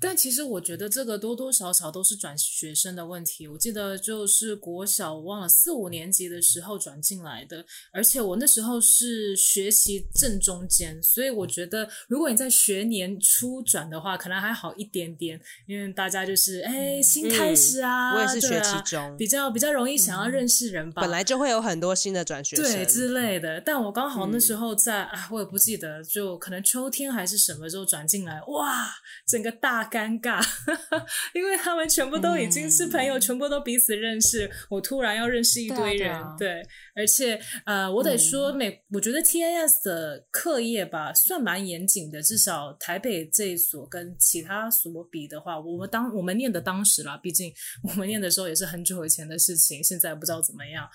C: 但其实我觉得这个多多少少都是转学生的问题。我记得就是国小，我忘了四五年级的时候转进来的，而且我那时候是学期正中间，所以我觉得如果你在学年初转的话，可能还好一点点，因为大家就是哎新开始啊，
A: 嗯我也是
C: 对
A: 学期
C: 啊
A: 中，嗯
C: 比较比较容易想要认识人吧。
A: 本来就会有很多新的转学
C: 对
A: 生，
C: 之
B: 嗯
C: 类的。但我刚好那时候在，啊，我也不记得，就可能秋天还是什么时候转进来，哇，整个大尴尬， 因为他们全部都已经是朋友，全部都彼此认识，我突然要认识一
B: 嗯对啊
C: 堆
B: 对
C: 人，
B: 啊
C: 而且呃，我得说美，我觉得 TAS 的课业吧，算蛮严谨的，至少台北这一所跟其他所比的话，我们当我们念的当时啦，毕竟 我们念的时候也是很久以前的事情，现在不知道怎么样。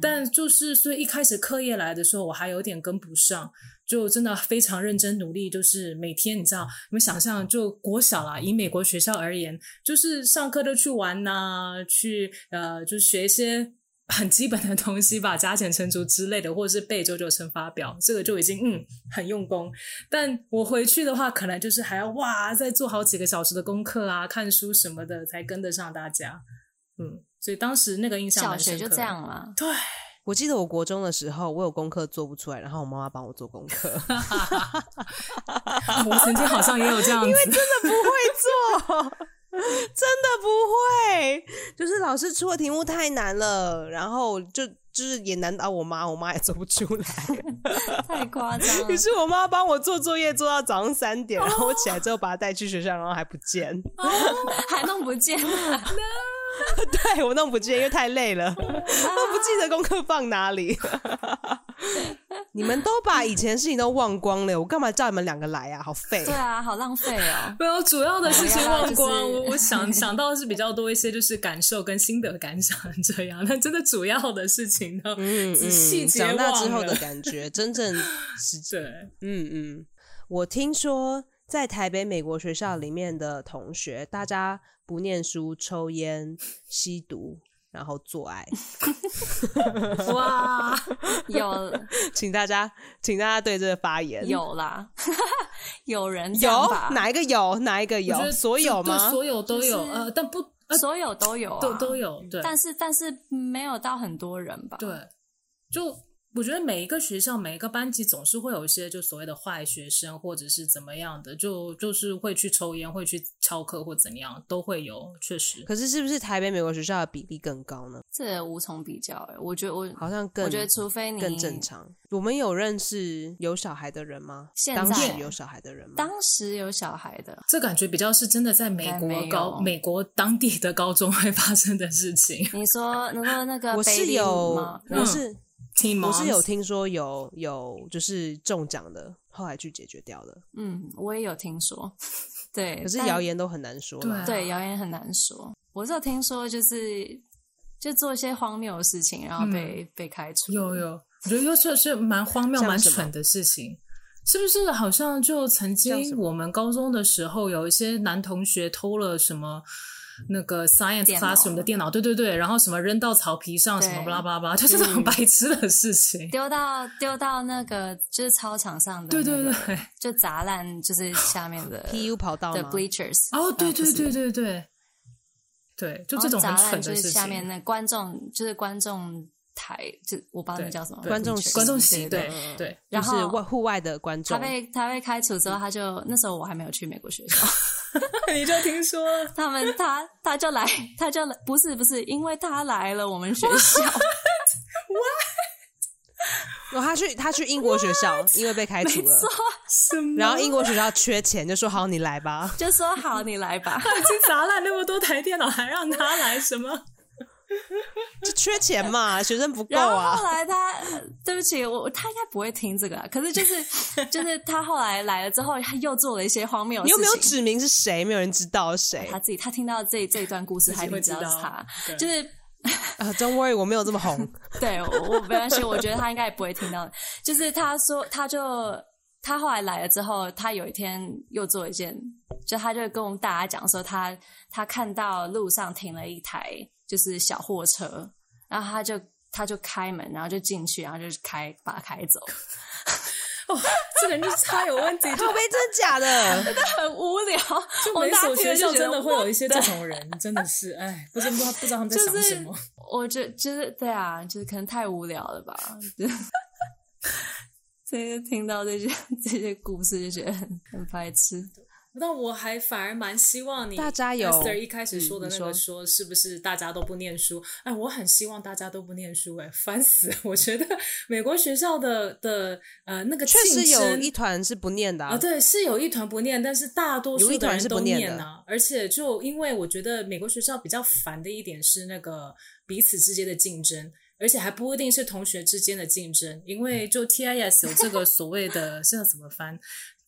C: 但就是，所以一开始课业来的时候，我还有点跟不上，就真的非常认真努力，就是每天你知道，你们想象就国小啦，以美国学校而言，就是上课就去玩呐、去呃，就学一些。很基本的东西吧，加减乘除之类的，或者是背九九乘法表，这个就已经嗯很用功。但我回去的话，可能就是还要哇，再做好几个小时的功课啊，看书什么的，才跟得上大家。嗯，所以当时那个印象
B: 小
C: 蛮
B: 学
C: 深
B: 就
C: 刻
B: 这
C: 的
B: 样啦。
C: 对，
A: 我记得我国中的时候，我有功课做不出来，然后我妈妈帮我做功课，真
C: 我曾经好像也有这样 子，
A: 的不会做， 真的不会。就是老师出的题目太难了，然后就就是也难倒我妈，我妈也做不出来。
B: 太夸张 了
A: 于。是我妈帮我做作业，做到早上三点，然后我起来之后把她带去学校，然后还不见。
B: 还弄不见啊了，
A: 对我弄不见，因为太累了，都不记得功课放哪里。 你们都把以前事情都忘光了，我干嘛叫你们两个来啊？好废
B: 对。啊，好浪费哦。
C: 没有主要的事情忘光。
B: 我要就是
C: 我 我想想到是比较多一些，就是感受跟心得感想这样。但真的主要的事情呢，
A: 嗯
C: 只细
A: 嗯，
C: 节
A: 长大之
C: 忘
A: 后的
C: 了
A: 感觉， 真正是
C: 对，
A: 嗯嗯，我听说在台北美国学校里面的同学，大家不念书、抽烟、吸毒，然后做 爱，
C: 哇，
B: 有
A: 请大家，请大家对这个发言
B: 有啦， 有人这样
A: 有
B: 吧？
A: 哪一个有哪一个
C: 我觉
A: 有
C: 得
A: 所有
C: 对
A: 吗？
C: 所有都有，
B: 就是
C: 呃，但不呃
B: 所有都有、啊，
C: 都都有，对，
B: 但是但是没有到很多人吧？
C: 对，就我觉得每一个学校、每一个班级总是会有一些就所谓的坏学生，或者是怎么样的，就就是会去抽烟、会去翘课或怎样，都会有，确实。
A: 可是是不是台北美国学校的比例更高呢？
B: 这无从比较、欸。我觉得我
A: 好像更
B: 我觉得，除非你
A: 更正常。我们有认识有小孩的人吗？
B: 现
A: 当
B: 在
A: 时有小孩的人吗？
B: 当时有小孩的，
C: 这感觉比较是真的在美
B: 应该
C: 国
B: 没
C: 高
B: 有
C: 美国当地的高中会发生的事情。
B: 你说你 说那个
A: 我是
B: Bailey
A: 有
B: 吗，？嗯
A: 我是、
C: 嗯 Team
A: 我是有
C: Moms
A: 听说有有就是中奖的，后来去解决掉的。
B: 嗯，我也有 听说，对，
A: 可是
B: 但
A: 谣言都很难说啦
C: 啊
B: 对谣言很难说。我是有听说，就是就做一些荒谬的事情，然后被、被开除。
C: 嗯有有，我觉得又确是蛮荒谬、
A: 像
C: 蛮
A: 什么
C: 蠢的事情。是不是好像就曾
A: 像什
C: 经
A: 么
C: 我们高中的时候，有一些男同学偷了什么那个 science
B: 电脑
C: classroom 的电脑，对对对，然后什么扔到草皮上，什么
B: 对
C: 巴拉巴拉巴拉，就是这种白痴的事情。
B: 丢到丢到那个就是操场上的、
C: 对
B: 那
C: 对
B: 个，
C: 对，
B: 就砸烂就是下面 的
A: ，PU 跑道
B: 的
A: 吗？
B: bleachers，
C: 哦，对
B: 呃不
C: 对
B: 是
C: 对对对，对，就这种
B: 然
C: 很
B: 后砸
C: 蠢
B: 烂就
C: 的
B: 是
C: 事
B: 下面
C: 情。
B: 那观众就是观众台，就我不知道那
C: 对
B: 叫什么
C: 对
A: 观众
B: bleachers，
A: 席
C: 观众
B: 对
C: 席，
B: 对
C: 对
A: 嗯
C: 对，
A: 就
B: 然
A: 是
B: 后
A: 外户外的观
B: 他
A: 众，
B: 被他被开除之后，他就那时候我还没有去美国学校，
C: 你就听说
B: 他们他他就来，他就来，不是不是，因为他来了我们学校，
A: 哦他去他去英国学校，因为被开除了。
C: 什么？
A: 然后英国学校缺钱，就说好你来吧。
B: 就说好你来 吧，
C: 已经砸烂那么多台电脑，还让他来什么？
A: 就缺钱嘛，学生不够
B: 然后
A: 啊
B: 后。来他，呃对不起，我他应该不会听这个啊。可是就是就是他后来来了之后，他又做了一些荒谬的
A: 你
B: 事
A: 又
B: 情。
A: 没有指明是谁，没有人知道是谁
B: 他自己他听到这这一段故
C: 自
B: 事，他
C: 己
B: 一
C: 会
B: 定知
C: 知
B: 道是
C: 道
B: 他。
C: 对
B: 就是
A: 啊。Don't worry，我没有这么 红。
B: 对我我没关系，我觉得他应该也不会听到。就是他说，他就他后来来了之后，他有一天又做一件，就他就跟我们大家讲说他，他看到路上停了一台就是小货 车，然后他就他就开门，然后就进去，然后就开把它开走。
C: 哦，这个人就是他有问题，
A: 靠
C: 就
A: 背真的假 的？
B: 很无聊。
C: 就
B: 我
C: 每
B: 大
C: 所
B: 学
C: 学
B: 就
C: 校
B: 觉
C: 真
B: 得
C: 的会有一些这
B: what
C: 种人，真的是，哎，不知不知道不知道他们在
B: 就
C: 想
B: 是
C: 什么。
B: 我觉就是对啊，就是可能太无聊了吧。 就是所以就听到这些这些故事就觉得很很白痴。
C: 但我还反而蛮希望你
A: 大家有
C: Esther 一开始说
A: 嗯
C: 的那
A: 你
C: 个
A: 说
C: 说是不是大家都不念书？哎，我很希望大家都不念书，哎，烦死！我觉得美国学校的的呃那个
A: 确实
C: 竞
A: 有
C: 争
A: 一团是不念的
C: 啊，对，是有一团不念，但是大多
A: 有
C: 数
A: 一
C: 的
A: 团
C: 人
A: 是
C: 都
A: 不念的
C: 啊。而且就因为我觉得美国学校比较烦的一点是那个彼此之间的竞争。而且还不一定是同学之间的竞争，因
A: 嗯
C: 为就 TIS 有这个所谓的 这要怎么翻？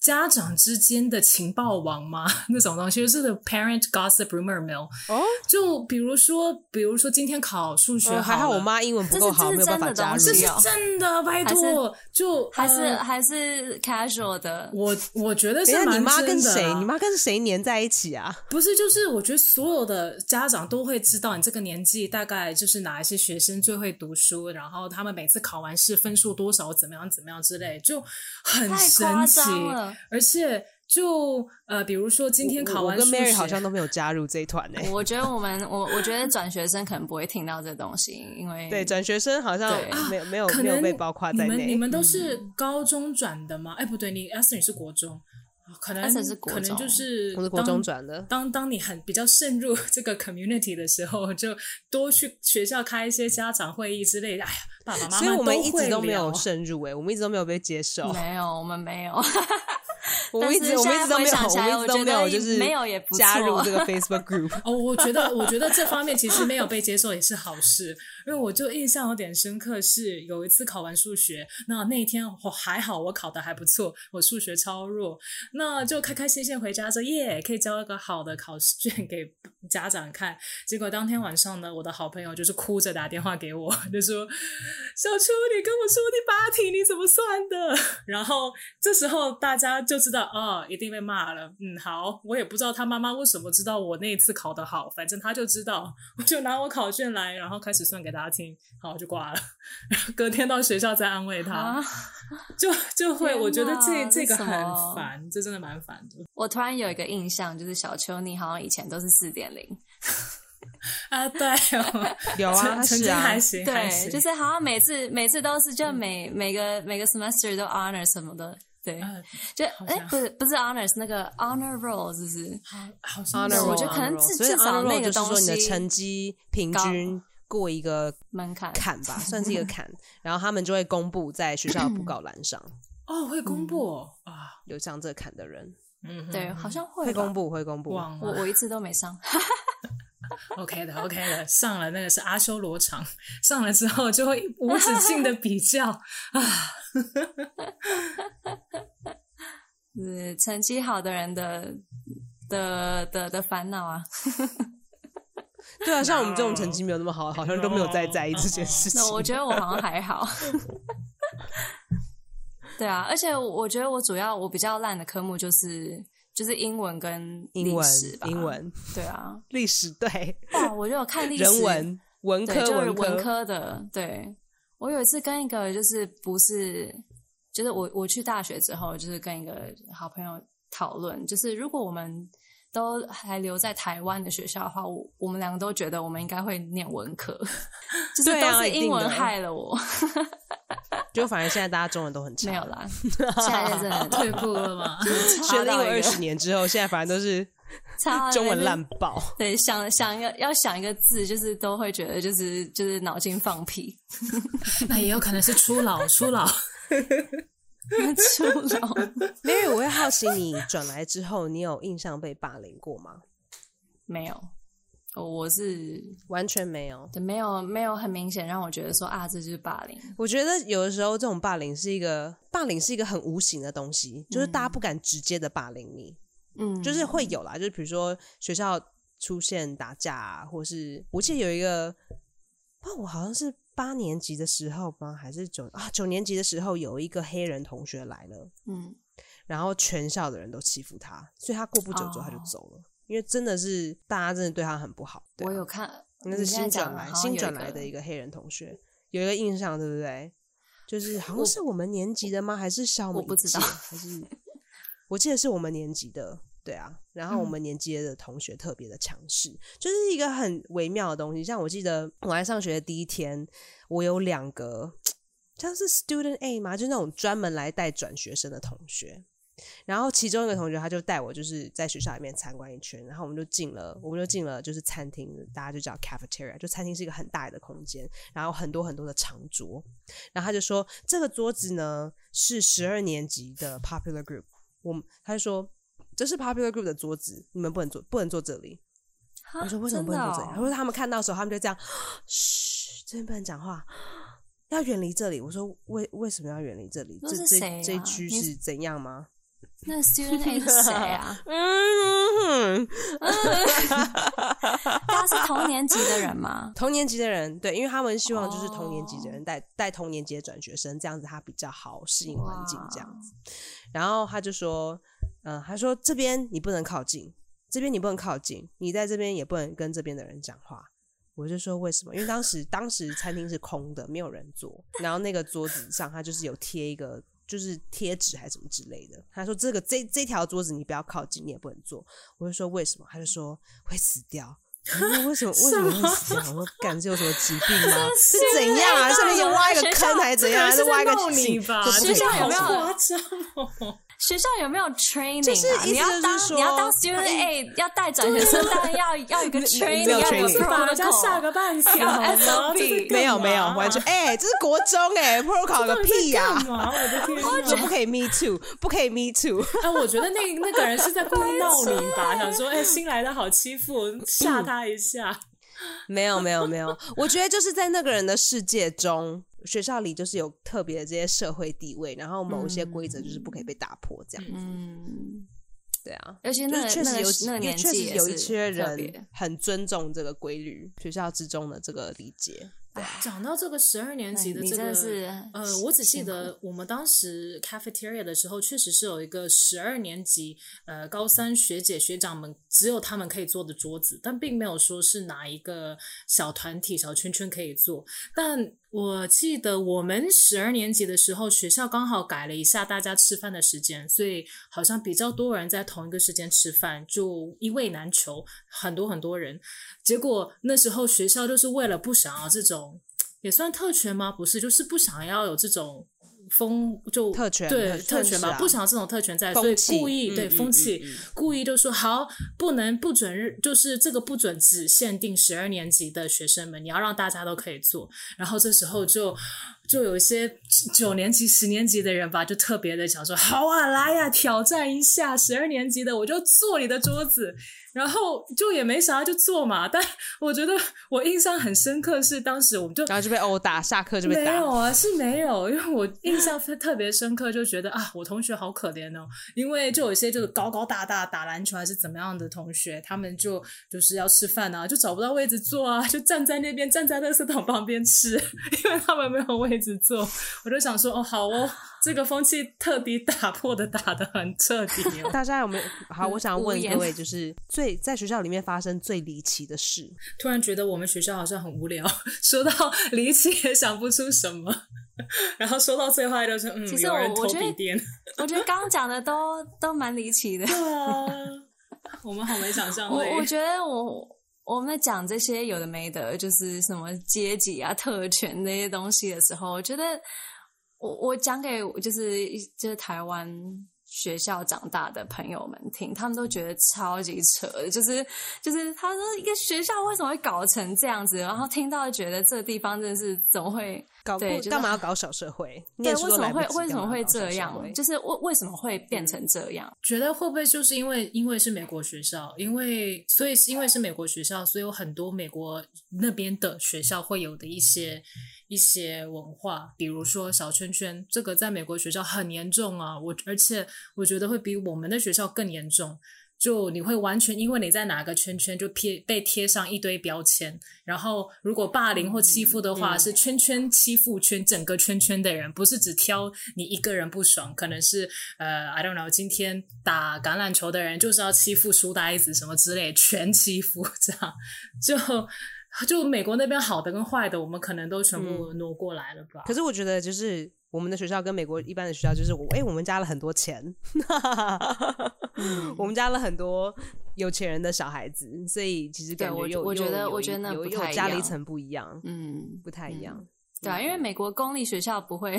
C: 家长之间的情
A: 嗯
C: 报网吗？ 那种东西就是 the parent gossip rumor mill。
A: 哦。
C: 就比如说，比如说今天考数学
A: 呃还好
C: 了
A: 我妈英文不
B: 这
A: 够
B: 是
A: 好，
B: 这是
A: 没有办法
B: 真的
A: 加
B: 东
A: 入。
B: 西
C: 这是
B: 哦
C: 真的，拜
B: 还是
C: 托，就
B: 还是、
C: 呃
B: 还是 casual 的，
C: 我我觉得是
A: 等一下，
C: 蛮
A: 哎你妈跟
C: 真的
A: 谁？
C: 啊
A: 你妈跟谁黏在一起啊？
C: 不是，就是我觉得所有的家长都会知道，你这个年纪大概就是哪一些学生最会读书，然后他们每次考完试分数多少，怎么样怎么样之类，就很
B: 太
C: 神
B: 夸
C: 奇。
B: 张了。
C: 而且就呃，比如说今天考
A: 我我
C: 完
A: 跟
C: 数学，
A: Mary 好像都没有加入这一团呢、
B: 我觉得我们我我觉得转学生可能不会听到这东西，因为
A: 对，转学生好像
B: 对啊
A: 没有没有
C: 可
A: 没有
C: 能
A: 被包括
C: 你
A: 在
C: 们你
A: 内。
C: 们
B: 嗯
C: 都是高中转的吗？哎、不对，你 Esther 你是国中，啊可能
B: Esther 是国
C: 可能就
B: 中
C: 是
A: 我是国中
C: 当
A: 转的，
C: 当当你很比较渗入这个 community 的时候，就多去学校开一些家长会议之类的。哎呀，爸爸妈
A: 所以
C: 妈
A: 我们一
C: 会
A: 直都没有
C: 聊
A: 渗入哎、我们一直都没有被接受，
B: 没有我们没有，
A: 我们一直
B: 嗯但是
A: 我们一
B: 现在
A: 直都没有，
B: 回想起来
A: 们一直都没有
B: 我觉
A: 就
B: 得
A: 是
B: 没有也不错
A: 加入这个 Facebook group。
C: 哦，我觉得，我觉得这方面其实没有被接受也是好事，因为我就印象有点深刻，是有一次考完数学，那那一天我还好，我考的还不错，我数学超弱，那就开开心心回家说耶，可以交一个好的考试卷给家长看。结果当天晚上呢，我的好朋友就是哭着打电话给我，就说小初，你跟我说第八题你怎么算的？然后这时候大家就知道哦，一定被骂了。嗯，好，我也不知道他妈妈为什么知道我那一次考得好，反正他就知道，我就拿我考卷来，然后开始算给大家听，好就挂了。 然后隔天到学校再安慰他，
B: 啊
C: 就就会，
B: 天
C: 我觉得
B: 哪
C: 这这
B: 这
C: 个
B: 什
C: 很
B: 么
C: 烦，这真的蛮烦 的
B: 我突然有一个印象，就是小秋你好像以前都是四点零，
C: 啊。对哦，
A: 有啊，
C: 曾
A: 他
C: 曾
A: 是
C: 经
A: 啊
C: 还，行，还
B: 对，
C: 行
B: 就是好像每次每次都是就每、每个每个 semester 都 honor 什么的，对，
C: 嗯
B: 就
C: 好
B: 哎
C: 像
B: 不是不是 honors 那个 honor roll 是不是？
C: 好好
A: honor
C: 像是
A: roll，
B: 我觉得可
A: honor
B: 能
A: roll
B: 至
A: 所以
B: 至少
A: honor roll
B: 那个
A: 就是说你的
B: 东西
A: 成绩平
B: 高
A: 均过一个
B: 门槛
A: 坎 吧，算是一个坎，然后他们就会公布在学校的布告栏上，
C: 哦，会公布哦啊，
A: 有上这个坎的人
C: 嗯哼，
B: 嗯对，好像会
A: 会
B: 吧
A: 公布，会公布。
C: 忘
B: 我
C: 了
B: 我一次都没上，
C: ，OK 的，OK 的，上了那个是阿修罗场，上了之后就会无止境的比较 啊，
B: 呃，成绩好的人的的的的烦恼啊。
A: 对啊，像我们这种
C: No
A: 成绩没有那么好，好像都没有再在意这件事情
B: 哦那。我觉得我好像还好。 对啊，而且我我觉得我主要我比较烂的科目就是就是英文跟
A: 英
B: 历
A: 文
B: 史、吧，
A: 英。文、
B: 对啊，
A: 历史对、
B: 哇，我就有看历史
A: 人文、文
B: 对，
A: 科、
B: 就是
A: 科
B: 文科的。对，我有一次跟一个就是不是，就是我我去大学之后，就是跟一个好朋友讨论，就是如果我们都还留在台湾的学校的话，我我们两个都觉得我们应该会念文科， 就是
A: 对
B: 都
A: 啊
B: 是
A: 一定
B: 英文
A: 的
B: 害了我。
A: 就反正现在大家中文都很差，
B: 没有啦，现在真的
C: 退步了嘛。
A: 学了英
B: 到
A: 文
B: 一
A: 二
B: 个
A: 十年之后，现在反正都是
B: 差到
A: 中
B: 那
A: 文
B: 边
A: 烂。爆。
B: 对，想想一个要想一个字，就是都会觉得就是就是脑筋放屁，
C: 那也有可能是初老，初老。
B: 出老
A: Mary，我会好奇你转来之后，你有印象被霸凌过吗？
B: 没有。哦我是
A: 完全没有。
B: 对没有没有很明显让我觉得说啊，这就是霸凌。
A: 我觉得有的时候这种霸凌是一个霸凌是一个很无形的东西，就是大家不敢直接的霸凌你，
B: 嗯，
A: 就是会有啦，就是比如说学校出现打架、啊，或是我记得有一个，啊，我好像是八年级的时候吗？还是九啊九年级的时候，有一个黑人同学来了，
B: 嗯，
A: 然后全校的人都欺负他，所以他过不久之后他就
B: 哦
A: 走了，因为真的是大家真的对他很不好。对啊
B: 我有看，
A: 那
B: 你
A: 是
B: 现
A: 新
B: 在讲
A: 转
B: 了
A: 来
B: 好像
A: 新
B: 有
A: 转来的一个黑人同学，有一个印象，对不对？就是好像是我们年级的吗？还是小
B: 我不知道
A: 还 是我记得是我们年级的，对啊。然后我
B: 嗯
A: 们年级的同学特别的强势，就是一个很微妙的东西。像我记得我来上学的第一天，我有两个像是 student A 嘛，就那种专门来带转学生的同学。然后其中一个同学他就带我就是在学校里面参观一圈，然后我们就进了，我们就进了就是餐厅，大家就叫 cafeteria，就餐厅是一个很大的空间，然后很多很多的长桌，然后他就说这个桌子呢是十二年级的 popular group，我们他就说这是 popular group 的桌子，你们不能坐，不能坐这里。
B: 哈
A: 我说为什么不能坐这里？他
B: 啊真的哦
A: 说他们看到的时候，他们就这样，嘘，这边不能讲话，要远离这里。我说为为什么要远离这里？
B: 那
A: 这
B: 是
A: 这
B: 谁
A: 这一
B: 啊
A: 区
B: 你
A: 是怎样 吗？
B: 那 student A 是谁啊？
A: 嗯，
B: 大家是同年级的人吗？
A: 同年级的人，对，因为他们希望就是同年级的人
B: 哦
A: 带带同年级的转学生，这样子他比较好适应环境这样
B: 子。
A: 然后他就说，嗯、他说这边你不能靠近，这边你不能靠近，你在这边也不能跟这边的人讲话。我就说为什么？因为当时当时餐厅是空的，没有人坐，然后那个桌子上他就是有贴一个。就是贴纸还是什么之类的，他说这个这这条桌子你不要靠近，你也不能坐。我就说为什么？他就说会死掉。我说为什么？为什么会死掉？我说感觉有什么疾病吗？是怎样啊？上面就挖一个坑还是 怎样？还是挖一个
C: 弄你
A: 井？
C: 吧？
A: 就不
B: 学
A: 可以
B: 校
A: 靠
B: 有没有
A: 近
C: 夸 张哦？
B: 学校有没有 training？、啊、
A: 就是意思
B: 你要当
A: 就是说
B: 你要当 student A，要带转学生，当然要要有一个
A: 没
B: training，
A: 有
B: 要有
A: training
C: 把人家吓
B: protocol。
C: 个半 死，
B: 有
C: 好吗
B: SOP
C: 这是干嘛
A: 没有没有，完全哎、这是国中哎、p r o t o c o l 个屁呀、
C: 干嘛？我的天
A: 就
C: 哪！
A: 不可以 me too，不可以 me too。
C: 哎，我觉得那那个人是在故意闹你吧，想说哎新来的好欺负，吓他一下。
A: 没有没有没有，我觉得就是在那个人的世界中，学校里就是有特别的这些社会地位，然后某一些规则就是不可以被打破，这样、
B: 嗯，
A: 对啊。
B: 尤其
A: 就
B: 那
A: 是
B: 个
A: 确
B: 那
A: 实
B: 个
A: 有，
B: 那个
A: 也
B: 年
A: 确
B: 纪
A: 实
B: 也
A: 有一
B: 是
A: 些
B: 特别
A: 人很尊重这个规律，学校之中的这个理解。
C: 讲到这个十二年级的
B: 哎你
C: 这
B: 真
C: 个
B: 的是
C: 呃，我只记
B: 辛苦
C: 得我们当时 cafeteria 的时候，确实是有一个十二年级呃高三学姐学长们只有他们可以坐的桌子，但并没有说是哪一个小团体小圈圈可以坐。但我记得我们十二年级的时候，学校刚好改了一下大家吃饭的时间，所以好像比较多人在同一个时间吃饭，就一位难求，很多很多人。结果那时候学校就是为了不想要这种也算特权吗？不是，就是不想要有这种风就
A: 特权
C: 对
A: 特
C: 特
A: 权
C: 权
A: 是啊
C: 吧，不想要这种特权在，所
A: 风
C: 以
A: 气
C: 故意
A: 嗯
C: 对
A: 嗯
C: 风气
A: 嗯嗯
C: 故意就说好不能不准日，就是这个不准只限定十二年级的学生们，你要让大家都可以做。然后这时候就就有一些九年级、十年级的人吧，就特别的想说好啊，来呀、挑战一下十二年级的，我就坐你的桌子。然后就也没啥，就坐嘛。但我觉得我印象很深刻是当时我们就
A: 然后就被殴打，下课就被
C: 没
A: 打。
C: 有啊，是没有，因为我印象特特别深刻，就觉得啊，我同学好可怜哦，因为就有一些就是高高大大打篮球还是怎么样的同学，他们就就是要吃饭啊，就找不到位置坐啊，就站在那边站在垃圾桶旁边吃， 因为他们没有位置坐。我就想说，哦，好哦，这个风气特地打破的，打的很彻底 哦。
A: 大家有没有好？我想要
B: 无
A: 问
B: 言
A: 各位， 就是最在学校里面发生最离奇的事，
C: 突然觉得我们学校好像很无聊， 说到离奇也想不出什么， 然后说到最坏就是，嗯，
B: 其实
C: 有
B: 我
C: 人
B: 我
C: 偷
B: 觉得
C: 笔电。
B: 我觉得刚刚讲的都都蛮离奇的。
C: 对啊， 我们好没想象
B: 我
C: 力。
B: 我觉得我我们在讲这些有的没的，就是什么阶级啊、特权那些东西的时候，我觉得我我讲给就是一就是台湾。学校长大的朋友们听，他们都觉得超级扯的，就是就是他说一个学校为什么会搞成这样子，然后听到觉得这个地方真的是怎么会
A: 搞不
B: 对就是
A: 干嘛要搞小社会？
B: 对
A: 念书
B: 为
A: 都
B: 什么
A: 来不
B: 会
A: 及
B: 为什么会这？
A: 干嘛要搞小社
B: 样，
A: 会
B: 就是为为什么会变成这样？
C: 觉得会不会就是因为因为是美国学校，因为所以是因为是美国学校，所以有很多美国那边的学校会有的一些一些文化，比如说小圈圈，这个在美国学校很严重啊。我而且我觉得会比我们的学校更严重。就你会完全因为你在哪个圈圈就贴被贴上一堆标签，然后如果霸凌或欺负的话，
A: 嗯
C: 是圈圈欺负圈整个圈圈的人，不是只挑你一个人不爽，可能是呃，I don't know，今天打橄榄球的人就是要欺负书呆子什么之类，全欺负 这样，嗯就就美国那边好的跟坏的，我们可能都全部挪过来了吧。
A: 可是我觉得，就是我们的学校跟美国一般的学校就是，我哎、我们加了很多钱，
B: 嗯
A: 我们加了很多有钱人的小孩子，所以其实
B: 对
A: 感
B: 我
A: 又
B: 我觉
A: 又
B: 得
A: 有
B: 我
A: 一
B: 觉得那
A: 有
B: 不
A: 有
B: 太一
A: 加了一
B: 样
A: 层不一样，
B: 嗯，
A: 不太一样。
B: 对
A: 嗯
B: 啊，因为美国公立学校不会，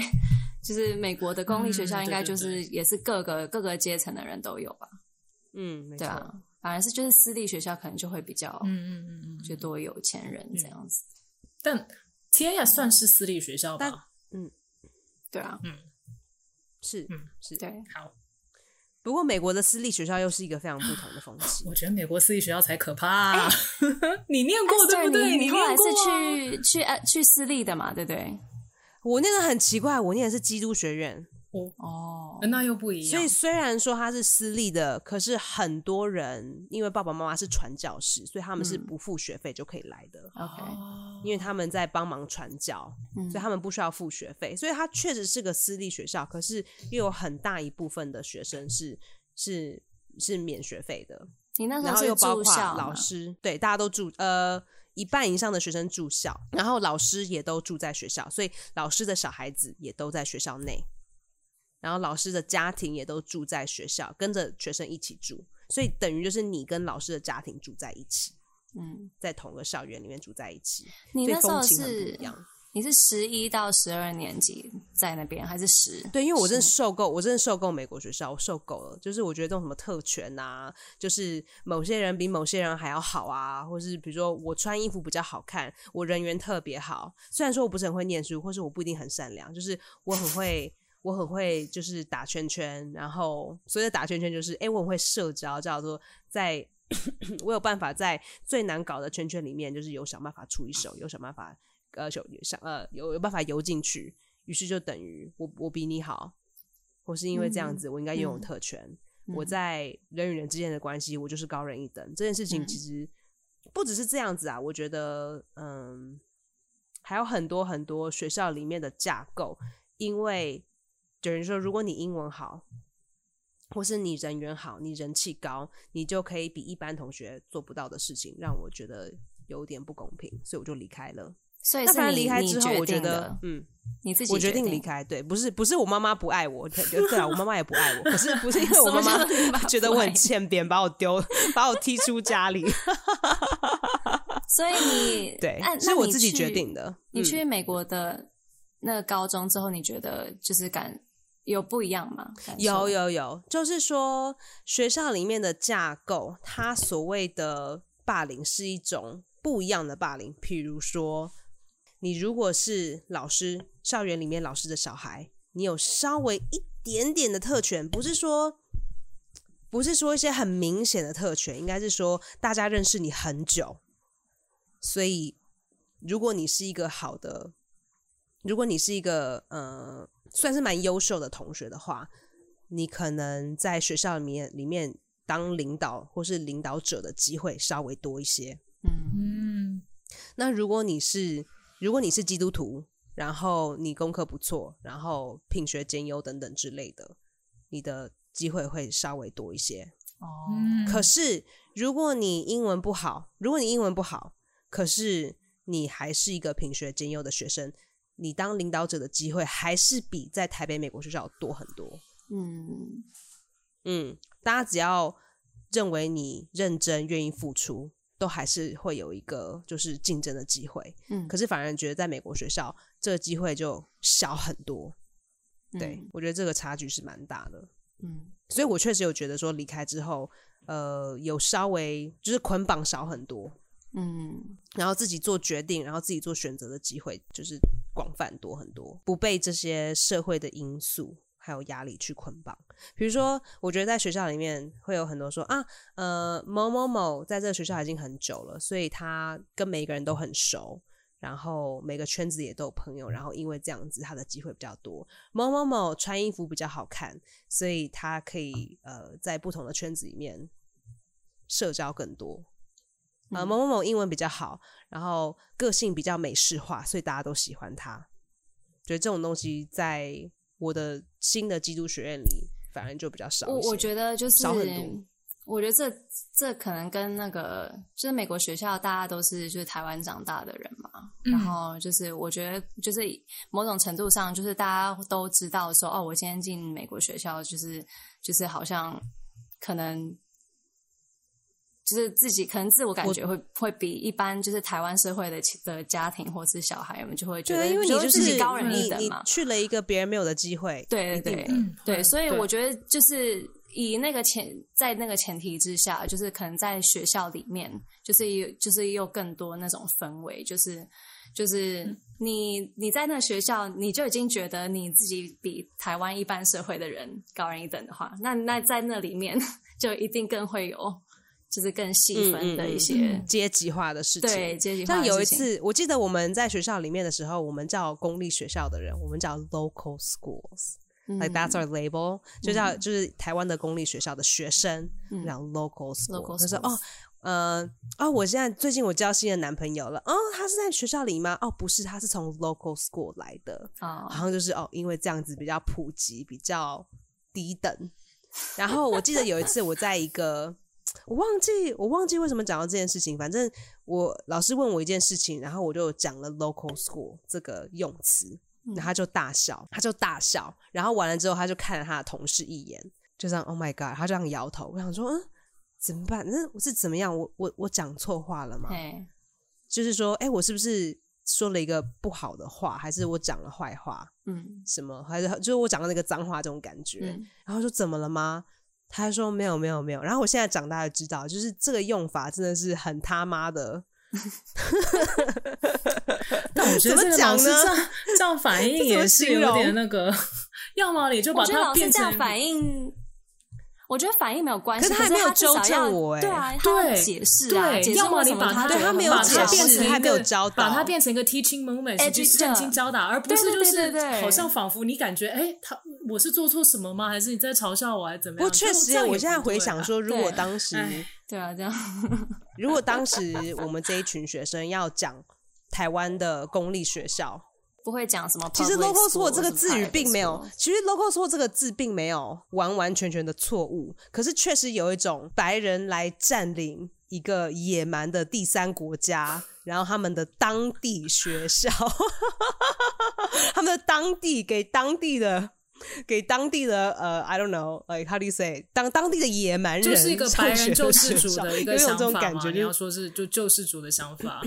B: 就是美国的公立学校
C: 嗯
B: 应该
C: 对对
B: 就是也是各个各个阶层的人都有吧？
A: 嗯，没
B: 对
A: 错。
B: 啊，反而是就是私立学校可能就会比较
C: 嗯嗯嗯嗯，
B: 就多有钱人
A: 嗯
B: 这样子。
C: 但天也算是私立学校
A: 但
C: 吧？
B: 对啊，
A: 是
C: 嗯
A: 是，
B: 对，
C: 好，
A: 不过美国的私立学校又是一个非常不同的风 气。
C: 我觉得美国私立学校才可怕、 你念过对不
B: Esther，
C: 对？
B: 哎你后来
C: 念过、啊、
B: 是去去呃去私立的嘛，对不对？
A: 我念的很奇怪，我念的是基督学院，
B: 哦
C: 呃，那又不一
A: 所
C: 样
A: 以。虽然说它是私立的，可是很多人因为爸爸妈妈是传教士，所以他们是
B: 嗯
A: 不付学费就可以来的，
B: ，OK，哎
C: 哦
A: 因为他们在帮忙传教，
B: 嗯
A: 所以他们不需要付学费。所以它确实是个私立学校，可是又有很大一部分的学生是是是免学费的，
B: 你那时
A: 然
B: 候
A: 后
B: 是
A: 又包
B: 住
A: 括
B: 校
A: 老
B: 嘛？
A: 师，对，大家都住呃一半以上的学生住校，然后老师也都住在学校，所以老师的小孩子也都在学校内，然后老师的家庭也都住在学校，跟着学生一起住，所以等于就是你跟老师的家庭住在一起，
B: 嗯，
A: 在同个校园里面住在一起，
B: 你
A: 所以
B: 那时候
A: 风情很不
B: 是
A: 一样。
B: 你是十一到十二年级在那边，还是十？
A: 对，因为我真的受够，我真的受够美国学校，我受够了。就是我觉得这种什么特权啊，就是某些人比某些人还要好啊，或是比如说我穿衣服比较好看，我人缘特别好。虽然说我不是很会念书，或是我不一定很善良，就是我很会。我很会就是打圈圈，然后所谓的打圈圈就是，哎、我很会社交，叫做在 我有办法在最难搞的圈圈里面，就是有想办法出一手，有想办法呃有有想呃有有办法游进去，于是就等于我我比你好，或是因为这样子我应该拥有
B: 嗯
A: 特权，
B: 嗯
A: 我在人与人之间的关系我就是高人一等，这件事情
B: 嗯
A: 其实不只是这样子啊，我觉得嗯还有很多很多学校里面的架构，因为有人说如果你英文好，或是你人缘好，你人气高，你就可以比一般同学做不到的事情，让我觉得有点不公平，所以我就离开了。
B: 所以
A: 那
B: 是
A: 当然
B: 你
A: 离开
B: 你
A: 之后，
B: 决
A: 我觉
B: 定
A: 得
B: 的，
A: 嗯，
B: 你自己
A: 我决定
B: 定
A: 离。开。对，不是不是我妈妈不爱我，对 对啊，我妈妈也不爱我，可是不是因 为我妈
B: 什么叫你妈
A: 妈
B: 不
A: 觉得我
B: 爱
A: 很
B: 你
A: 欠扁，把我丢，把我踢出家里。
B: 所以你
A: 对
B: 那，
A: 是我自己决定
B: 的。
A: 的。
B: 你
A: 嗯
B: 去美国的那个高中之后，你觉得就是感有不一样吗？感
A: 有，
B: 受
A: 有有，就是说学校里面的架构，它所谓的霸凌是一种不一样的霸凌。譬如说，你如果是老师，校园里面老师的小孩，你有稍微一点点的特权，不是说。不是说一些很明显的特权，应该是说大家认识你很久，所以如果你是一个好的，如果你是一个呃算是蛮优秀的同学的话，你可能在学校里面里面当领导或是领导者的机会稍微多一些。
B: 嗯
C: 嗯，
A: 那如果你是如果你是基督徒，然后你功课不错，然后品学兼优等等之类的，你的机会会稍微多一些。
B: 哦，
C: 嗯
A: 可是如果你英文不好，如果你英文不好，可是你还是一个品学兼优的学生，你当领导者的机会还是比在台北美国学校多很多。
B: 嗯
A: 嗯，大家只要认为你认真、愿意付出，都还是会有一个就是竞争的机会。
B: 嗯，
A: 可是反而觉得在美国学校这个机会就小很多。对、我觉得这个差距是蛮大的。
B: 嗯，
A: 所以我确实有觉得说离开之后，呃，有稍微就是捆绑少很多，
B: 嗯嗯，
A: 然后自己做决定，然后自己做选择的机会就是广泛多很多，不被这些社会的因素还有压力去捆绑。比如说，我觉得在学校里面会有很多说啊，呃，某某某在这个学校已经很久了，所以他跟每一个人都很熟。然后每个圈子也都有朋友，然后因为这样子，他的机会比较多。某某某穿衣服比较好看，所以他可以呃在不同的圈子里面社交更多。呃，
B: 嗯
A: 某某某英文比较好，然后个性比较美式化，所以大家都喜欢他。觉得这种东西在我的新的基督学院里，反而就比较少一
B: 我我
A: 些
B: 觉得就是
A: 少很多
B: 我觉得这这可能跟那个就是美国学校大家都是就是台湾长大的人嘛，
C: 嗯
B: 然后就是我觉得，就是某种程度上，就是大家都知道说，哦，我今天进美国学校，就是就是好像可能。就是自己可能自我感觉会会比一般就是台湾社会的其的家庭或是小孩们就会觉得，
A: 对，啊因为你
B: 就是自己高人一
A: 你
B: 等
A: 你
B: 嘛，
A: 去了一个别人没有的机会，
B: 对
A: 一定
B: 对
A: 的
C: 嗯
B: 对，
C: 嗯
B: 所以
C: 对
B: 我觉得就是以那个前，在那个前提之下，就是可能在学校里面，就是有就是有更多那种氛围，就是就是你你在那个学校，你就已经觉得你自己比台湾一般社会的人高人一等的话，那那在那里面 就一定更会有就是更细分的一些、
C: 嗯嗯嗯
A: 阶级化的事情。
B: 对阶级化
A: 像
B: 的
A: 有一
B: 事情
A: 次，我记得我们在学校里面的时候，我们叫公立学校的人，我们叫 local schools。Like
B: 嗯
A: that's our label，、就叫就是台湾的公立学校的学生，
B: 嗯
A: 然后 local school，
B: Local
A: 他说
B: schools
A: 哦，呃，哦，我现在最近我交新的男朋友了，哦，他是在学校里吗？哦，不是，他是从 local school 来的，
B: 啊、
A: 好像就是哦，因为这样子比较普及，比较低等。然后我记得有一次我在一个，我忘记我忘记为什么讲到这件事情，反正我老师问我一件事情，然后我就讲了 local school 这个用词，然后他就大笑，他就大笑，然后完了之后他就看了他的同事一眼，就这样 Oh my God，他就这样摇头，我想说嗯。怎么办？那我是怎么样？我我我讲错话了吗？
B: 哎，
A: 就是说，哎、我是不是说了一个不好的话，还是我讲了坏话？
B: 嗯
A: 什么，还是就是我讲的那个脏话这种感觉。
B: 嗯
A: 然后说怎么了吗？他就说没有没有没有。然后我现在长大了知道，就是这个用法真的是很他妈的，
C: 但我觉
A: 怎
C: 得这
A: 么
C: 个
A: 讲
C: 老
A: 呢
C: 师这样这样反 应也是有点那个，要么你就把
B: 我觉得
C: 它
B: 老师
C: 变
B: 这
C: 成
B: 样反应，我觉得反应没有关系，
A: 可
B: 可
A: 是他
B: 是
A: 没有
B: 至少
A: 纠正
B: 要
A: 我欸
B: 对啊，他要
C: 对
B: 解释啊，
C: 对，
B: 解释
C: 要么
B: 为
C: 你
B: 什么
C: 把
B: 他
C: 它
A: 对
B: 觉得
A: 他没有
C: 把
B: 很
C: 它
A: 解
C: 变
A: 释
C: 成一个
A: 他没有教导
C: 把它变成一个 teaching moment，你去
B: Educator
C: 正经教导，而不
B: 对
C: 是
B: 对
C: 就
B: 对对
C: 是
B: 对
C: 好像仿佛你感觉哎，他我是做错什么吗？还是你在嘲笑我，还是怎么
A: 不过
C: 样？
A: 确实，我现在回想
C: 说，
A: 说，如果
B: 对
A: 当时
C: 哎
B: 对啊，这样
A: 如果当时我们这一群学生要讲台湾的公立学校，
B: 不会讲什么 public school
A: 其
B: 或
A: 实
B: 是 private school。
A: local school 这个字语并没有，其实 local school 这个字并没有完完全全的错误，可是确实有一种白人来占领一个野蛮的第三国 家，然后他们的当地学校， 他们的当地给当地的。给当地的呃，I don't know，like how do you say，当当地的野蛮人
C: 就是一个白人救世主
A: 上学学
C: 的一
A: 校
C: 个
A: 有一
C: 想
A: 种这种
C: 法
A: 感
C: 嘛
A: 觉，
C: 你
A: 就嗯
C: 要
A: 是
C: 说是就救世主的想法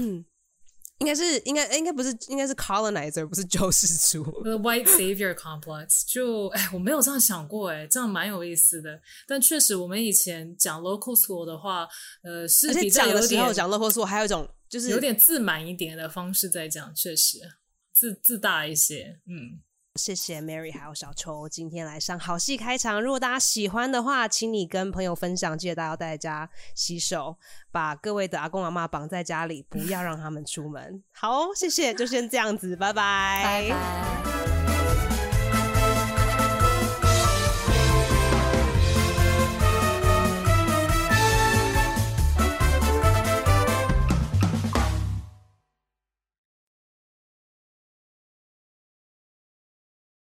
A: 应该是应该应该不是应该是 colonizer 不是救世主，
C: 呃 white savior complex，就哎，我没有这样想过，哎，这样蛮有意思的。但确实，我们以前讲 local school 的话，呃，
A: 而
C: 是
A: 且
C: 比较
A: 讲的
C: 有
A: 时
C: 点
A: 候讲 local school 还有一种就是
C: 有点自满一点的方式在讲，确实自自大一些。嗯，
A: 谢谢 Mary 还有小秋今天来上好戏开场。如果大家喜欢的话，请你跟朋友分享，记得大家要带家洗手，把各位的阿公阿妈绑在家里，不要让他们出门。好哦、谢谢，就先这样子，拜拜，
B: 拜拜。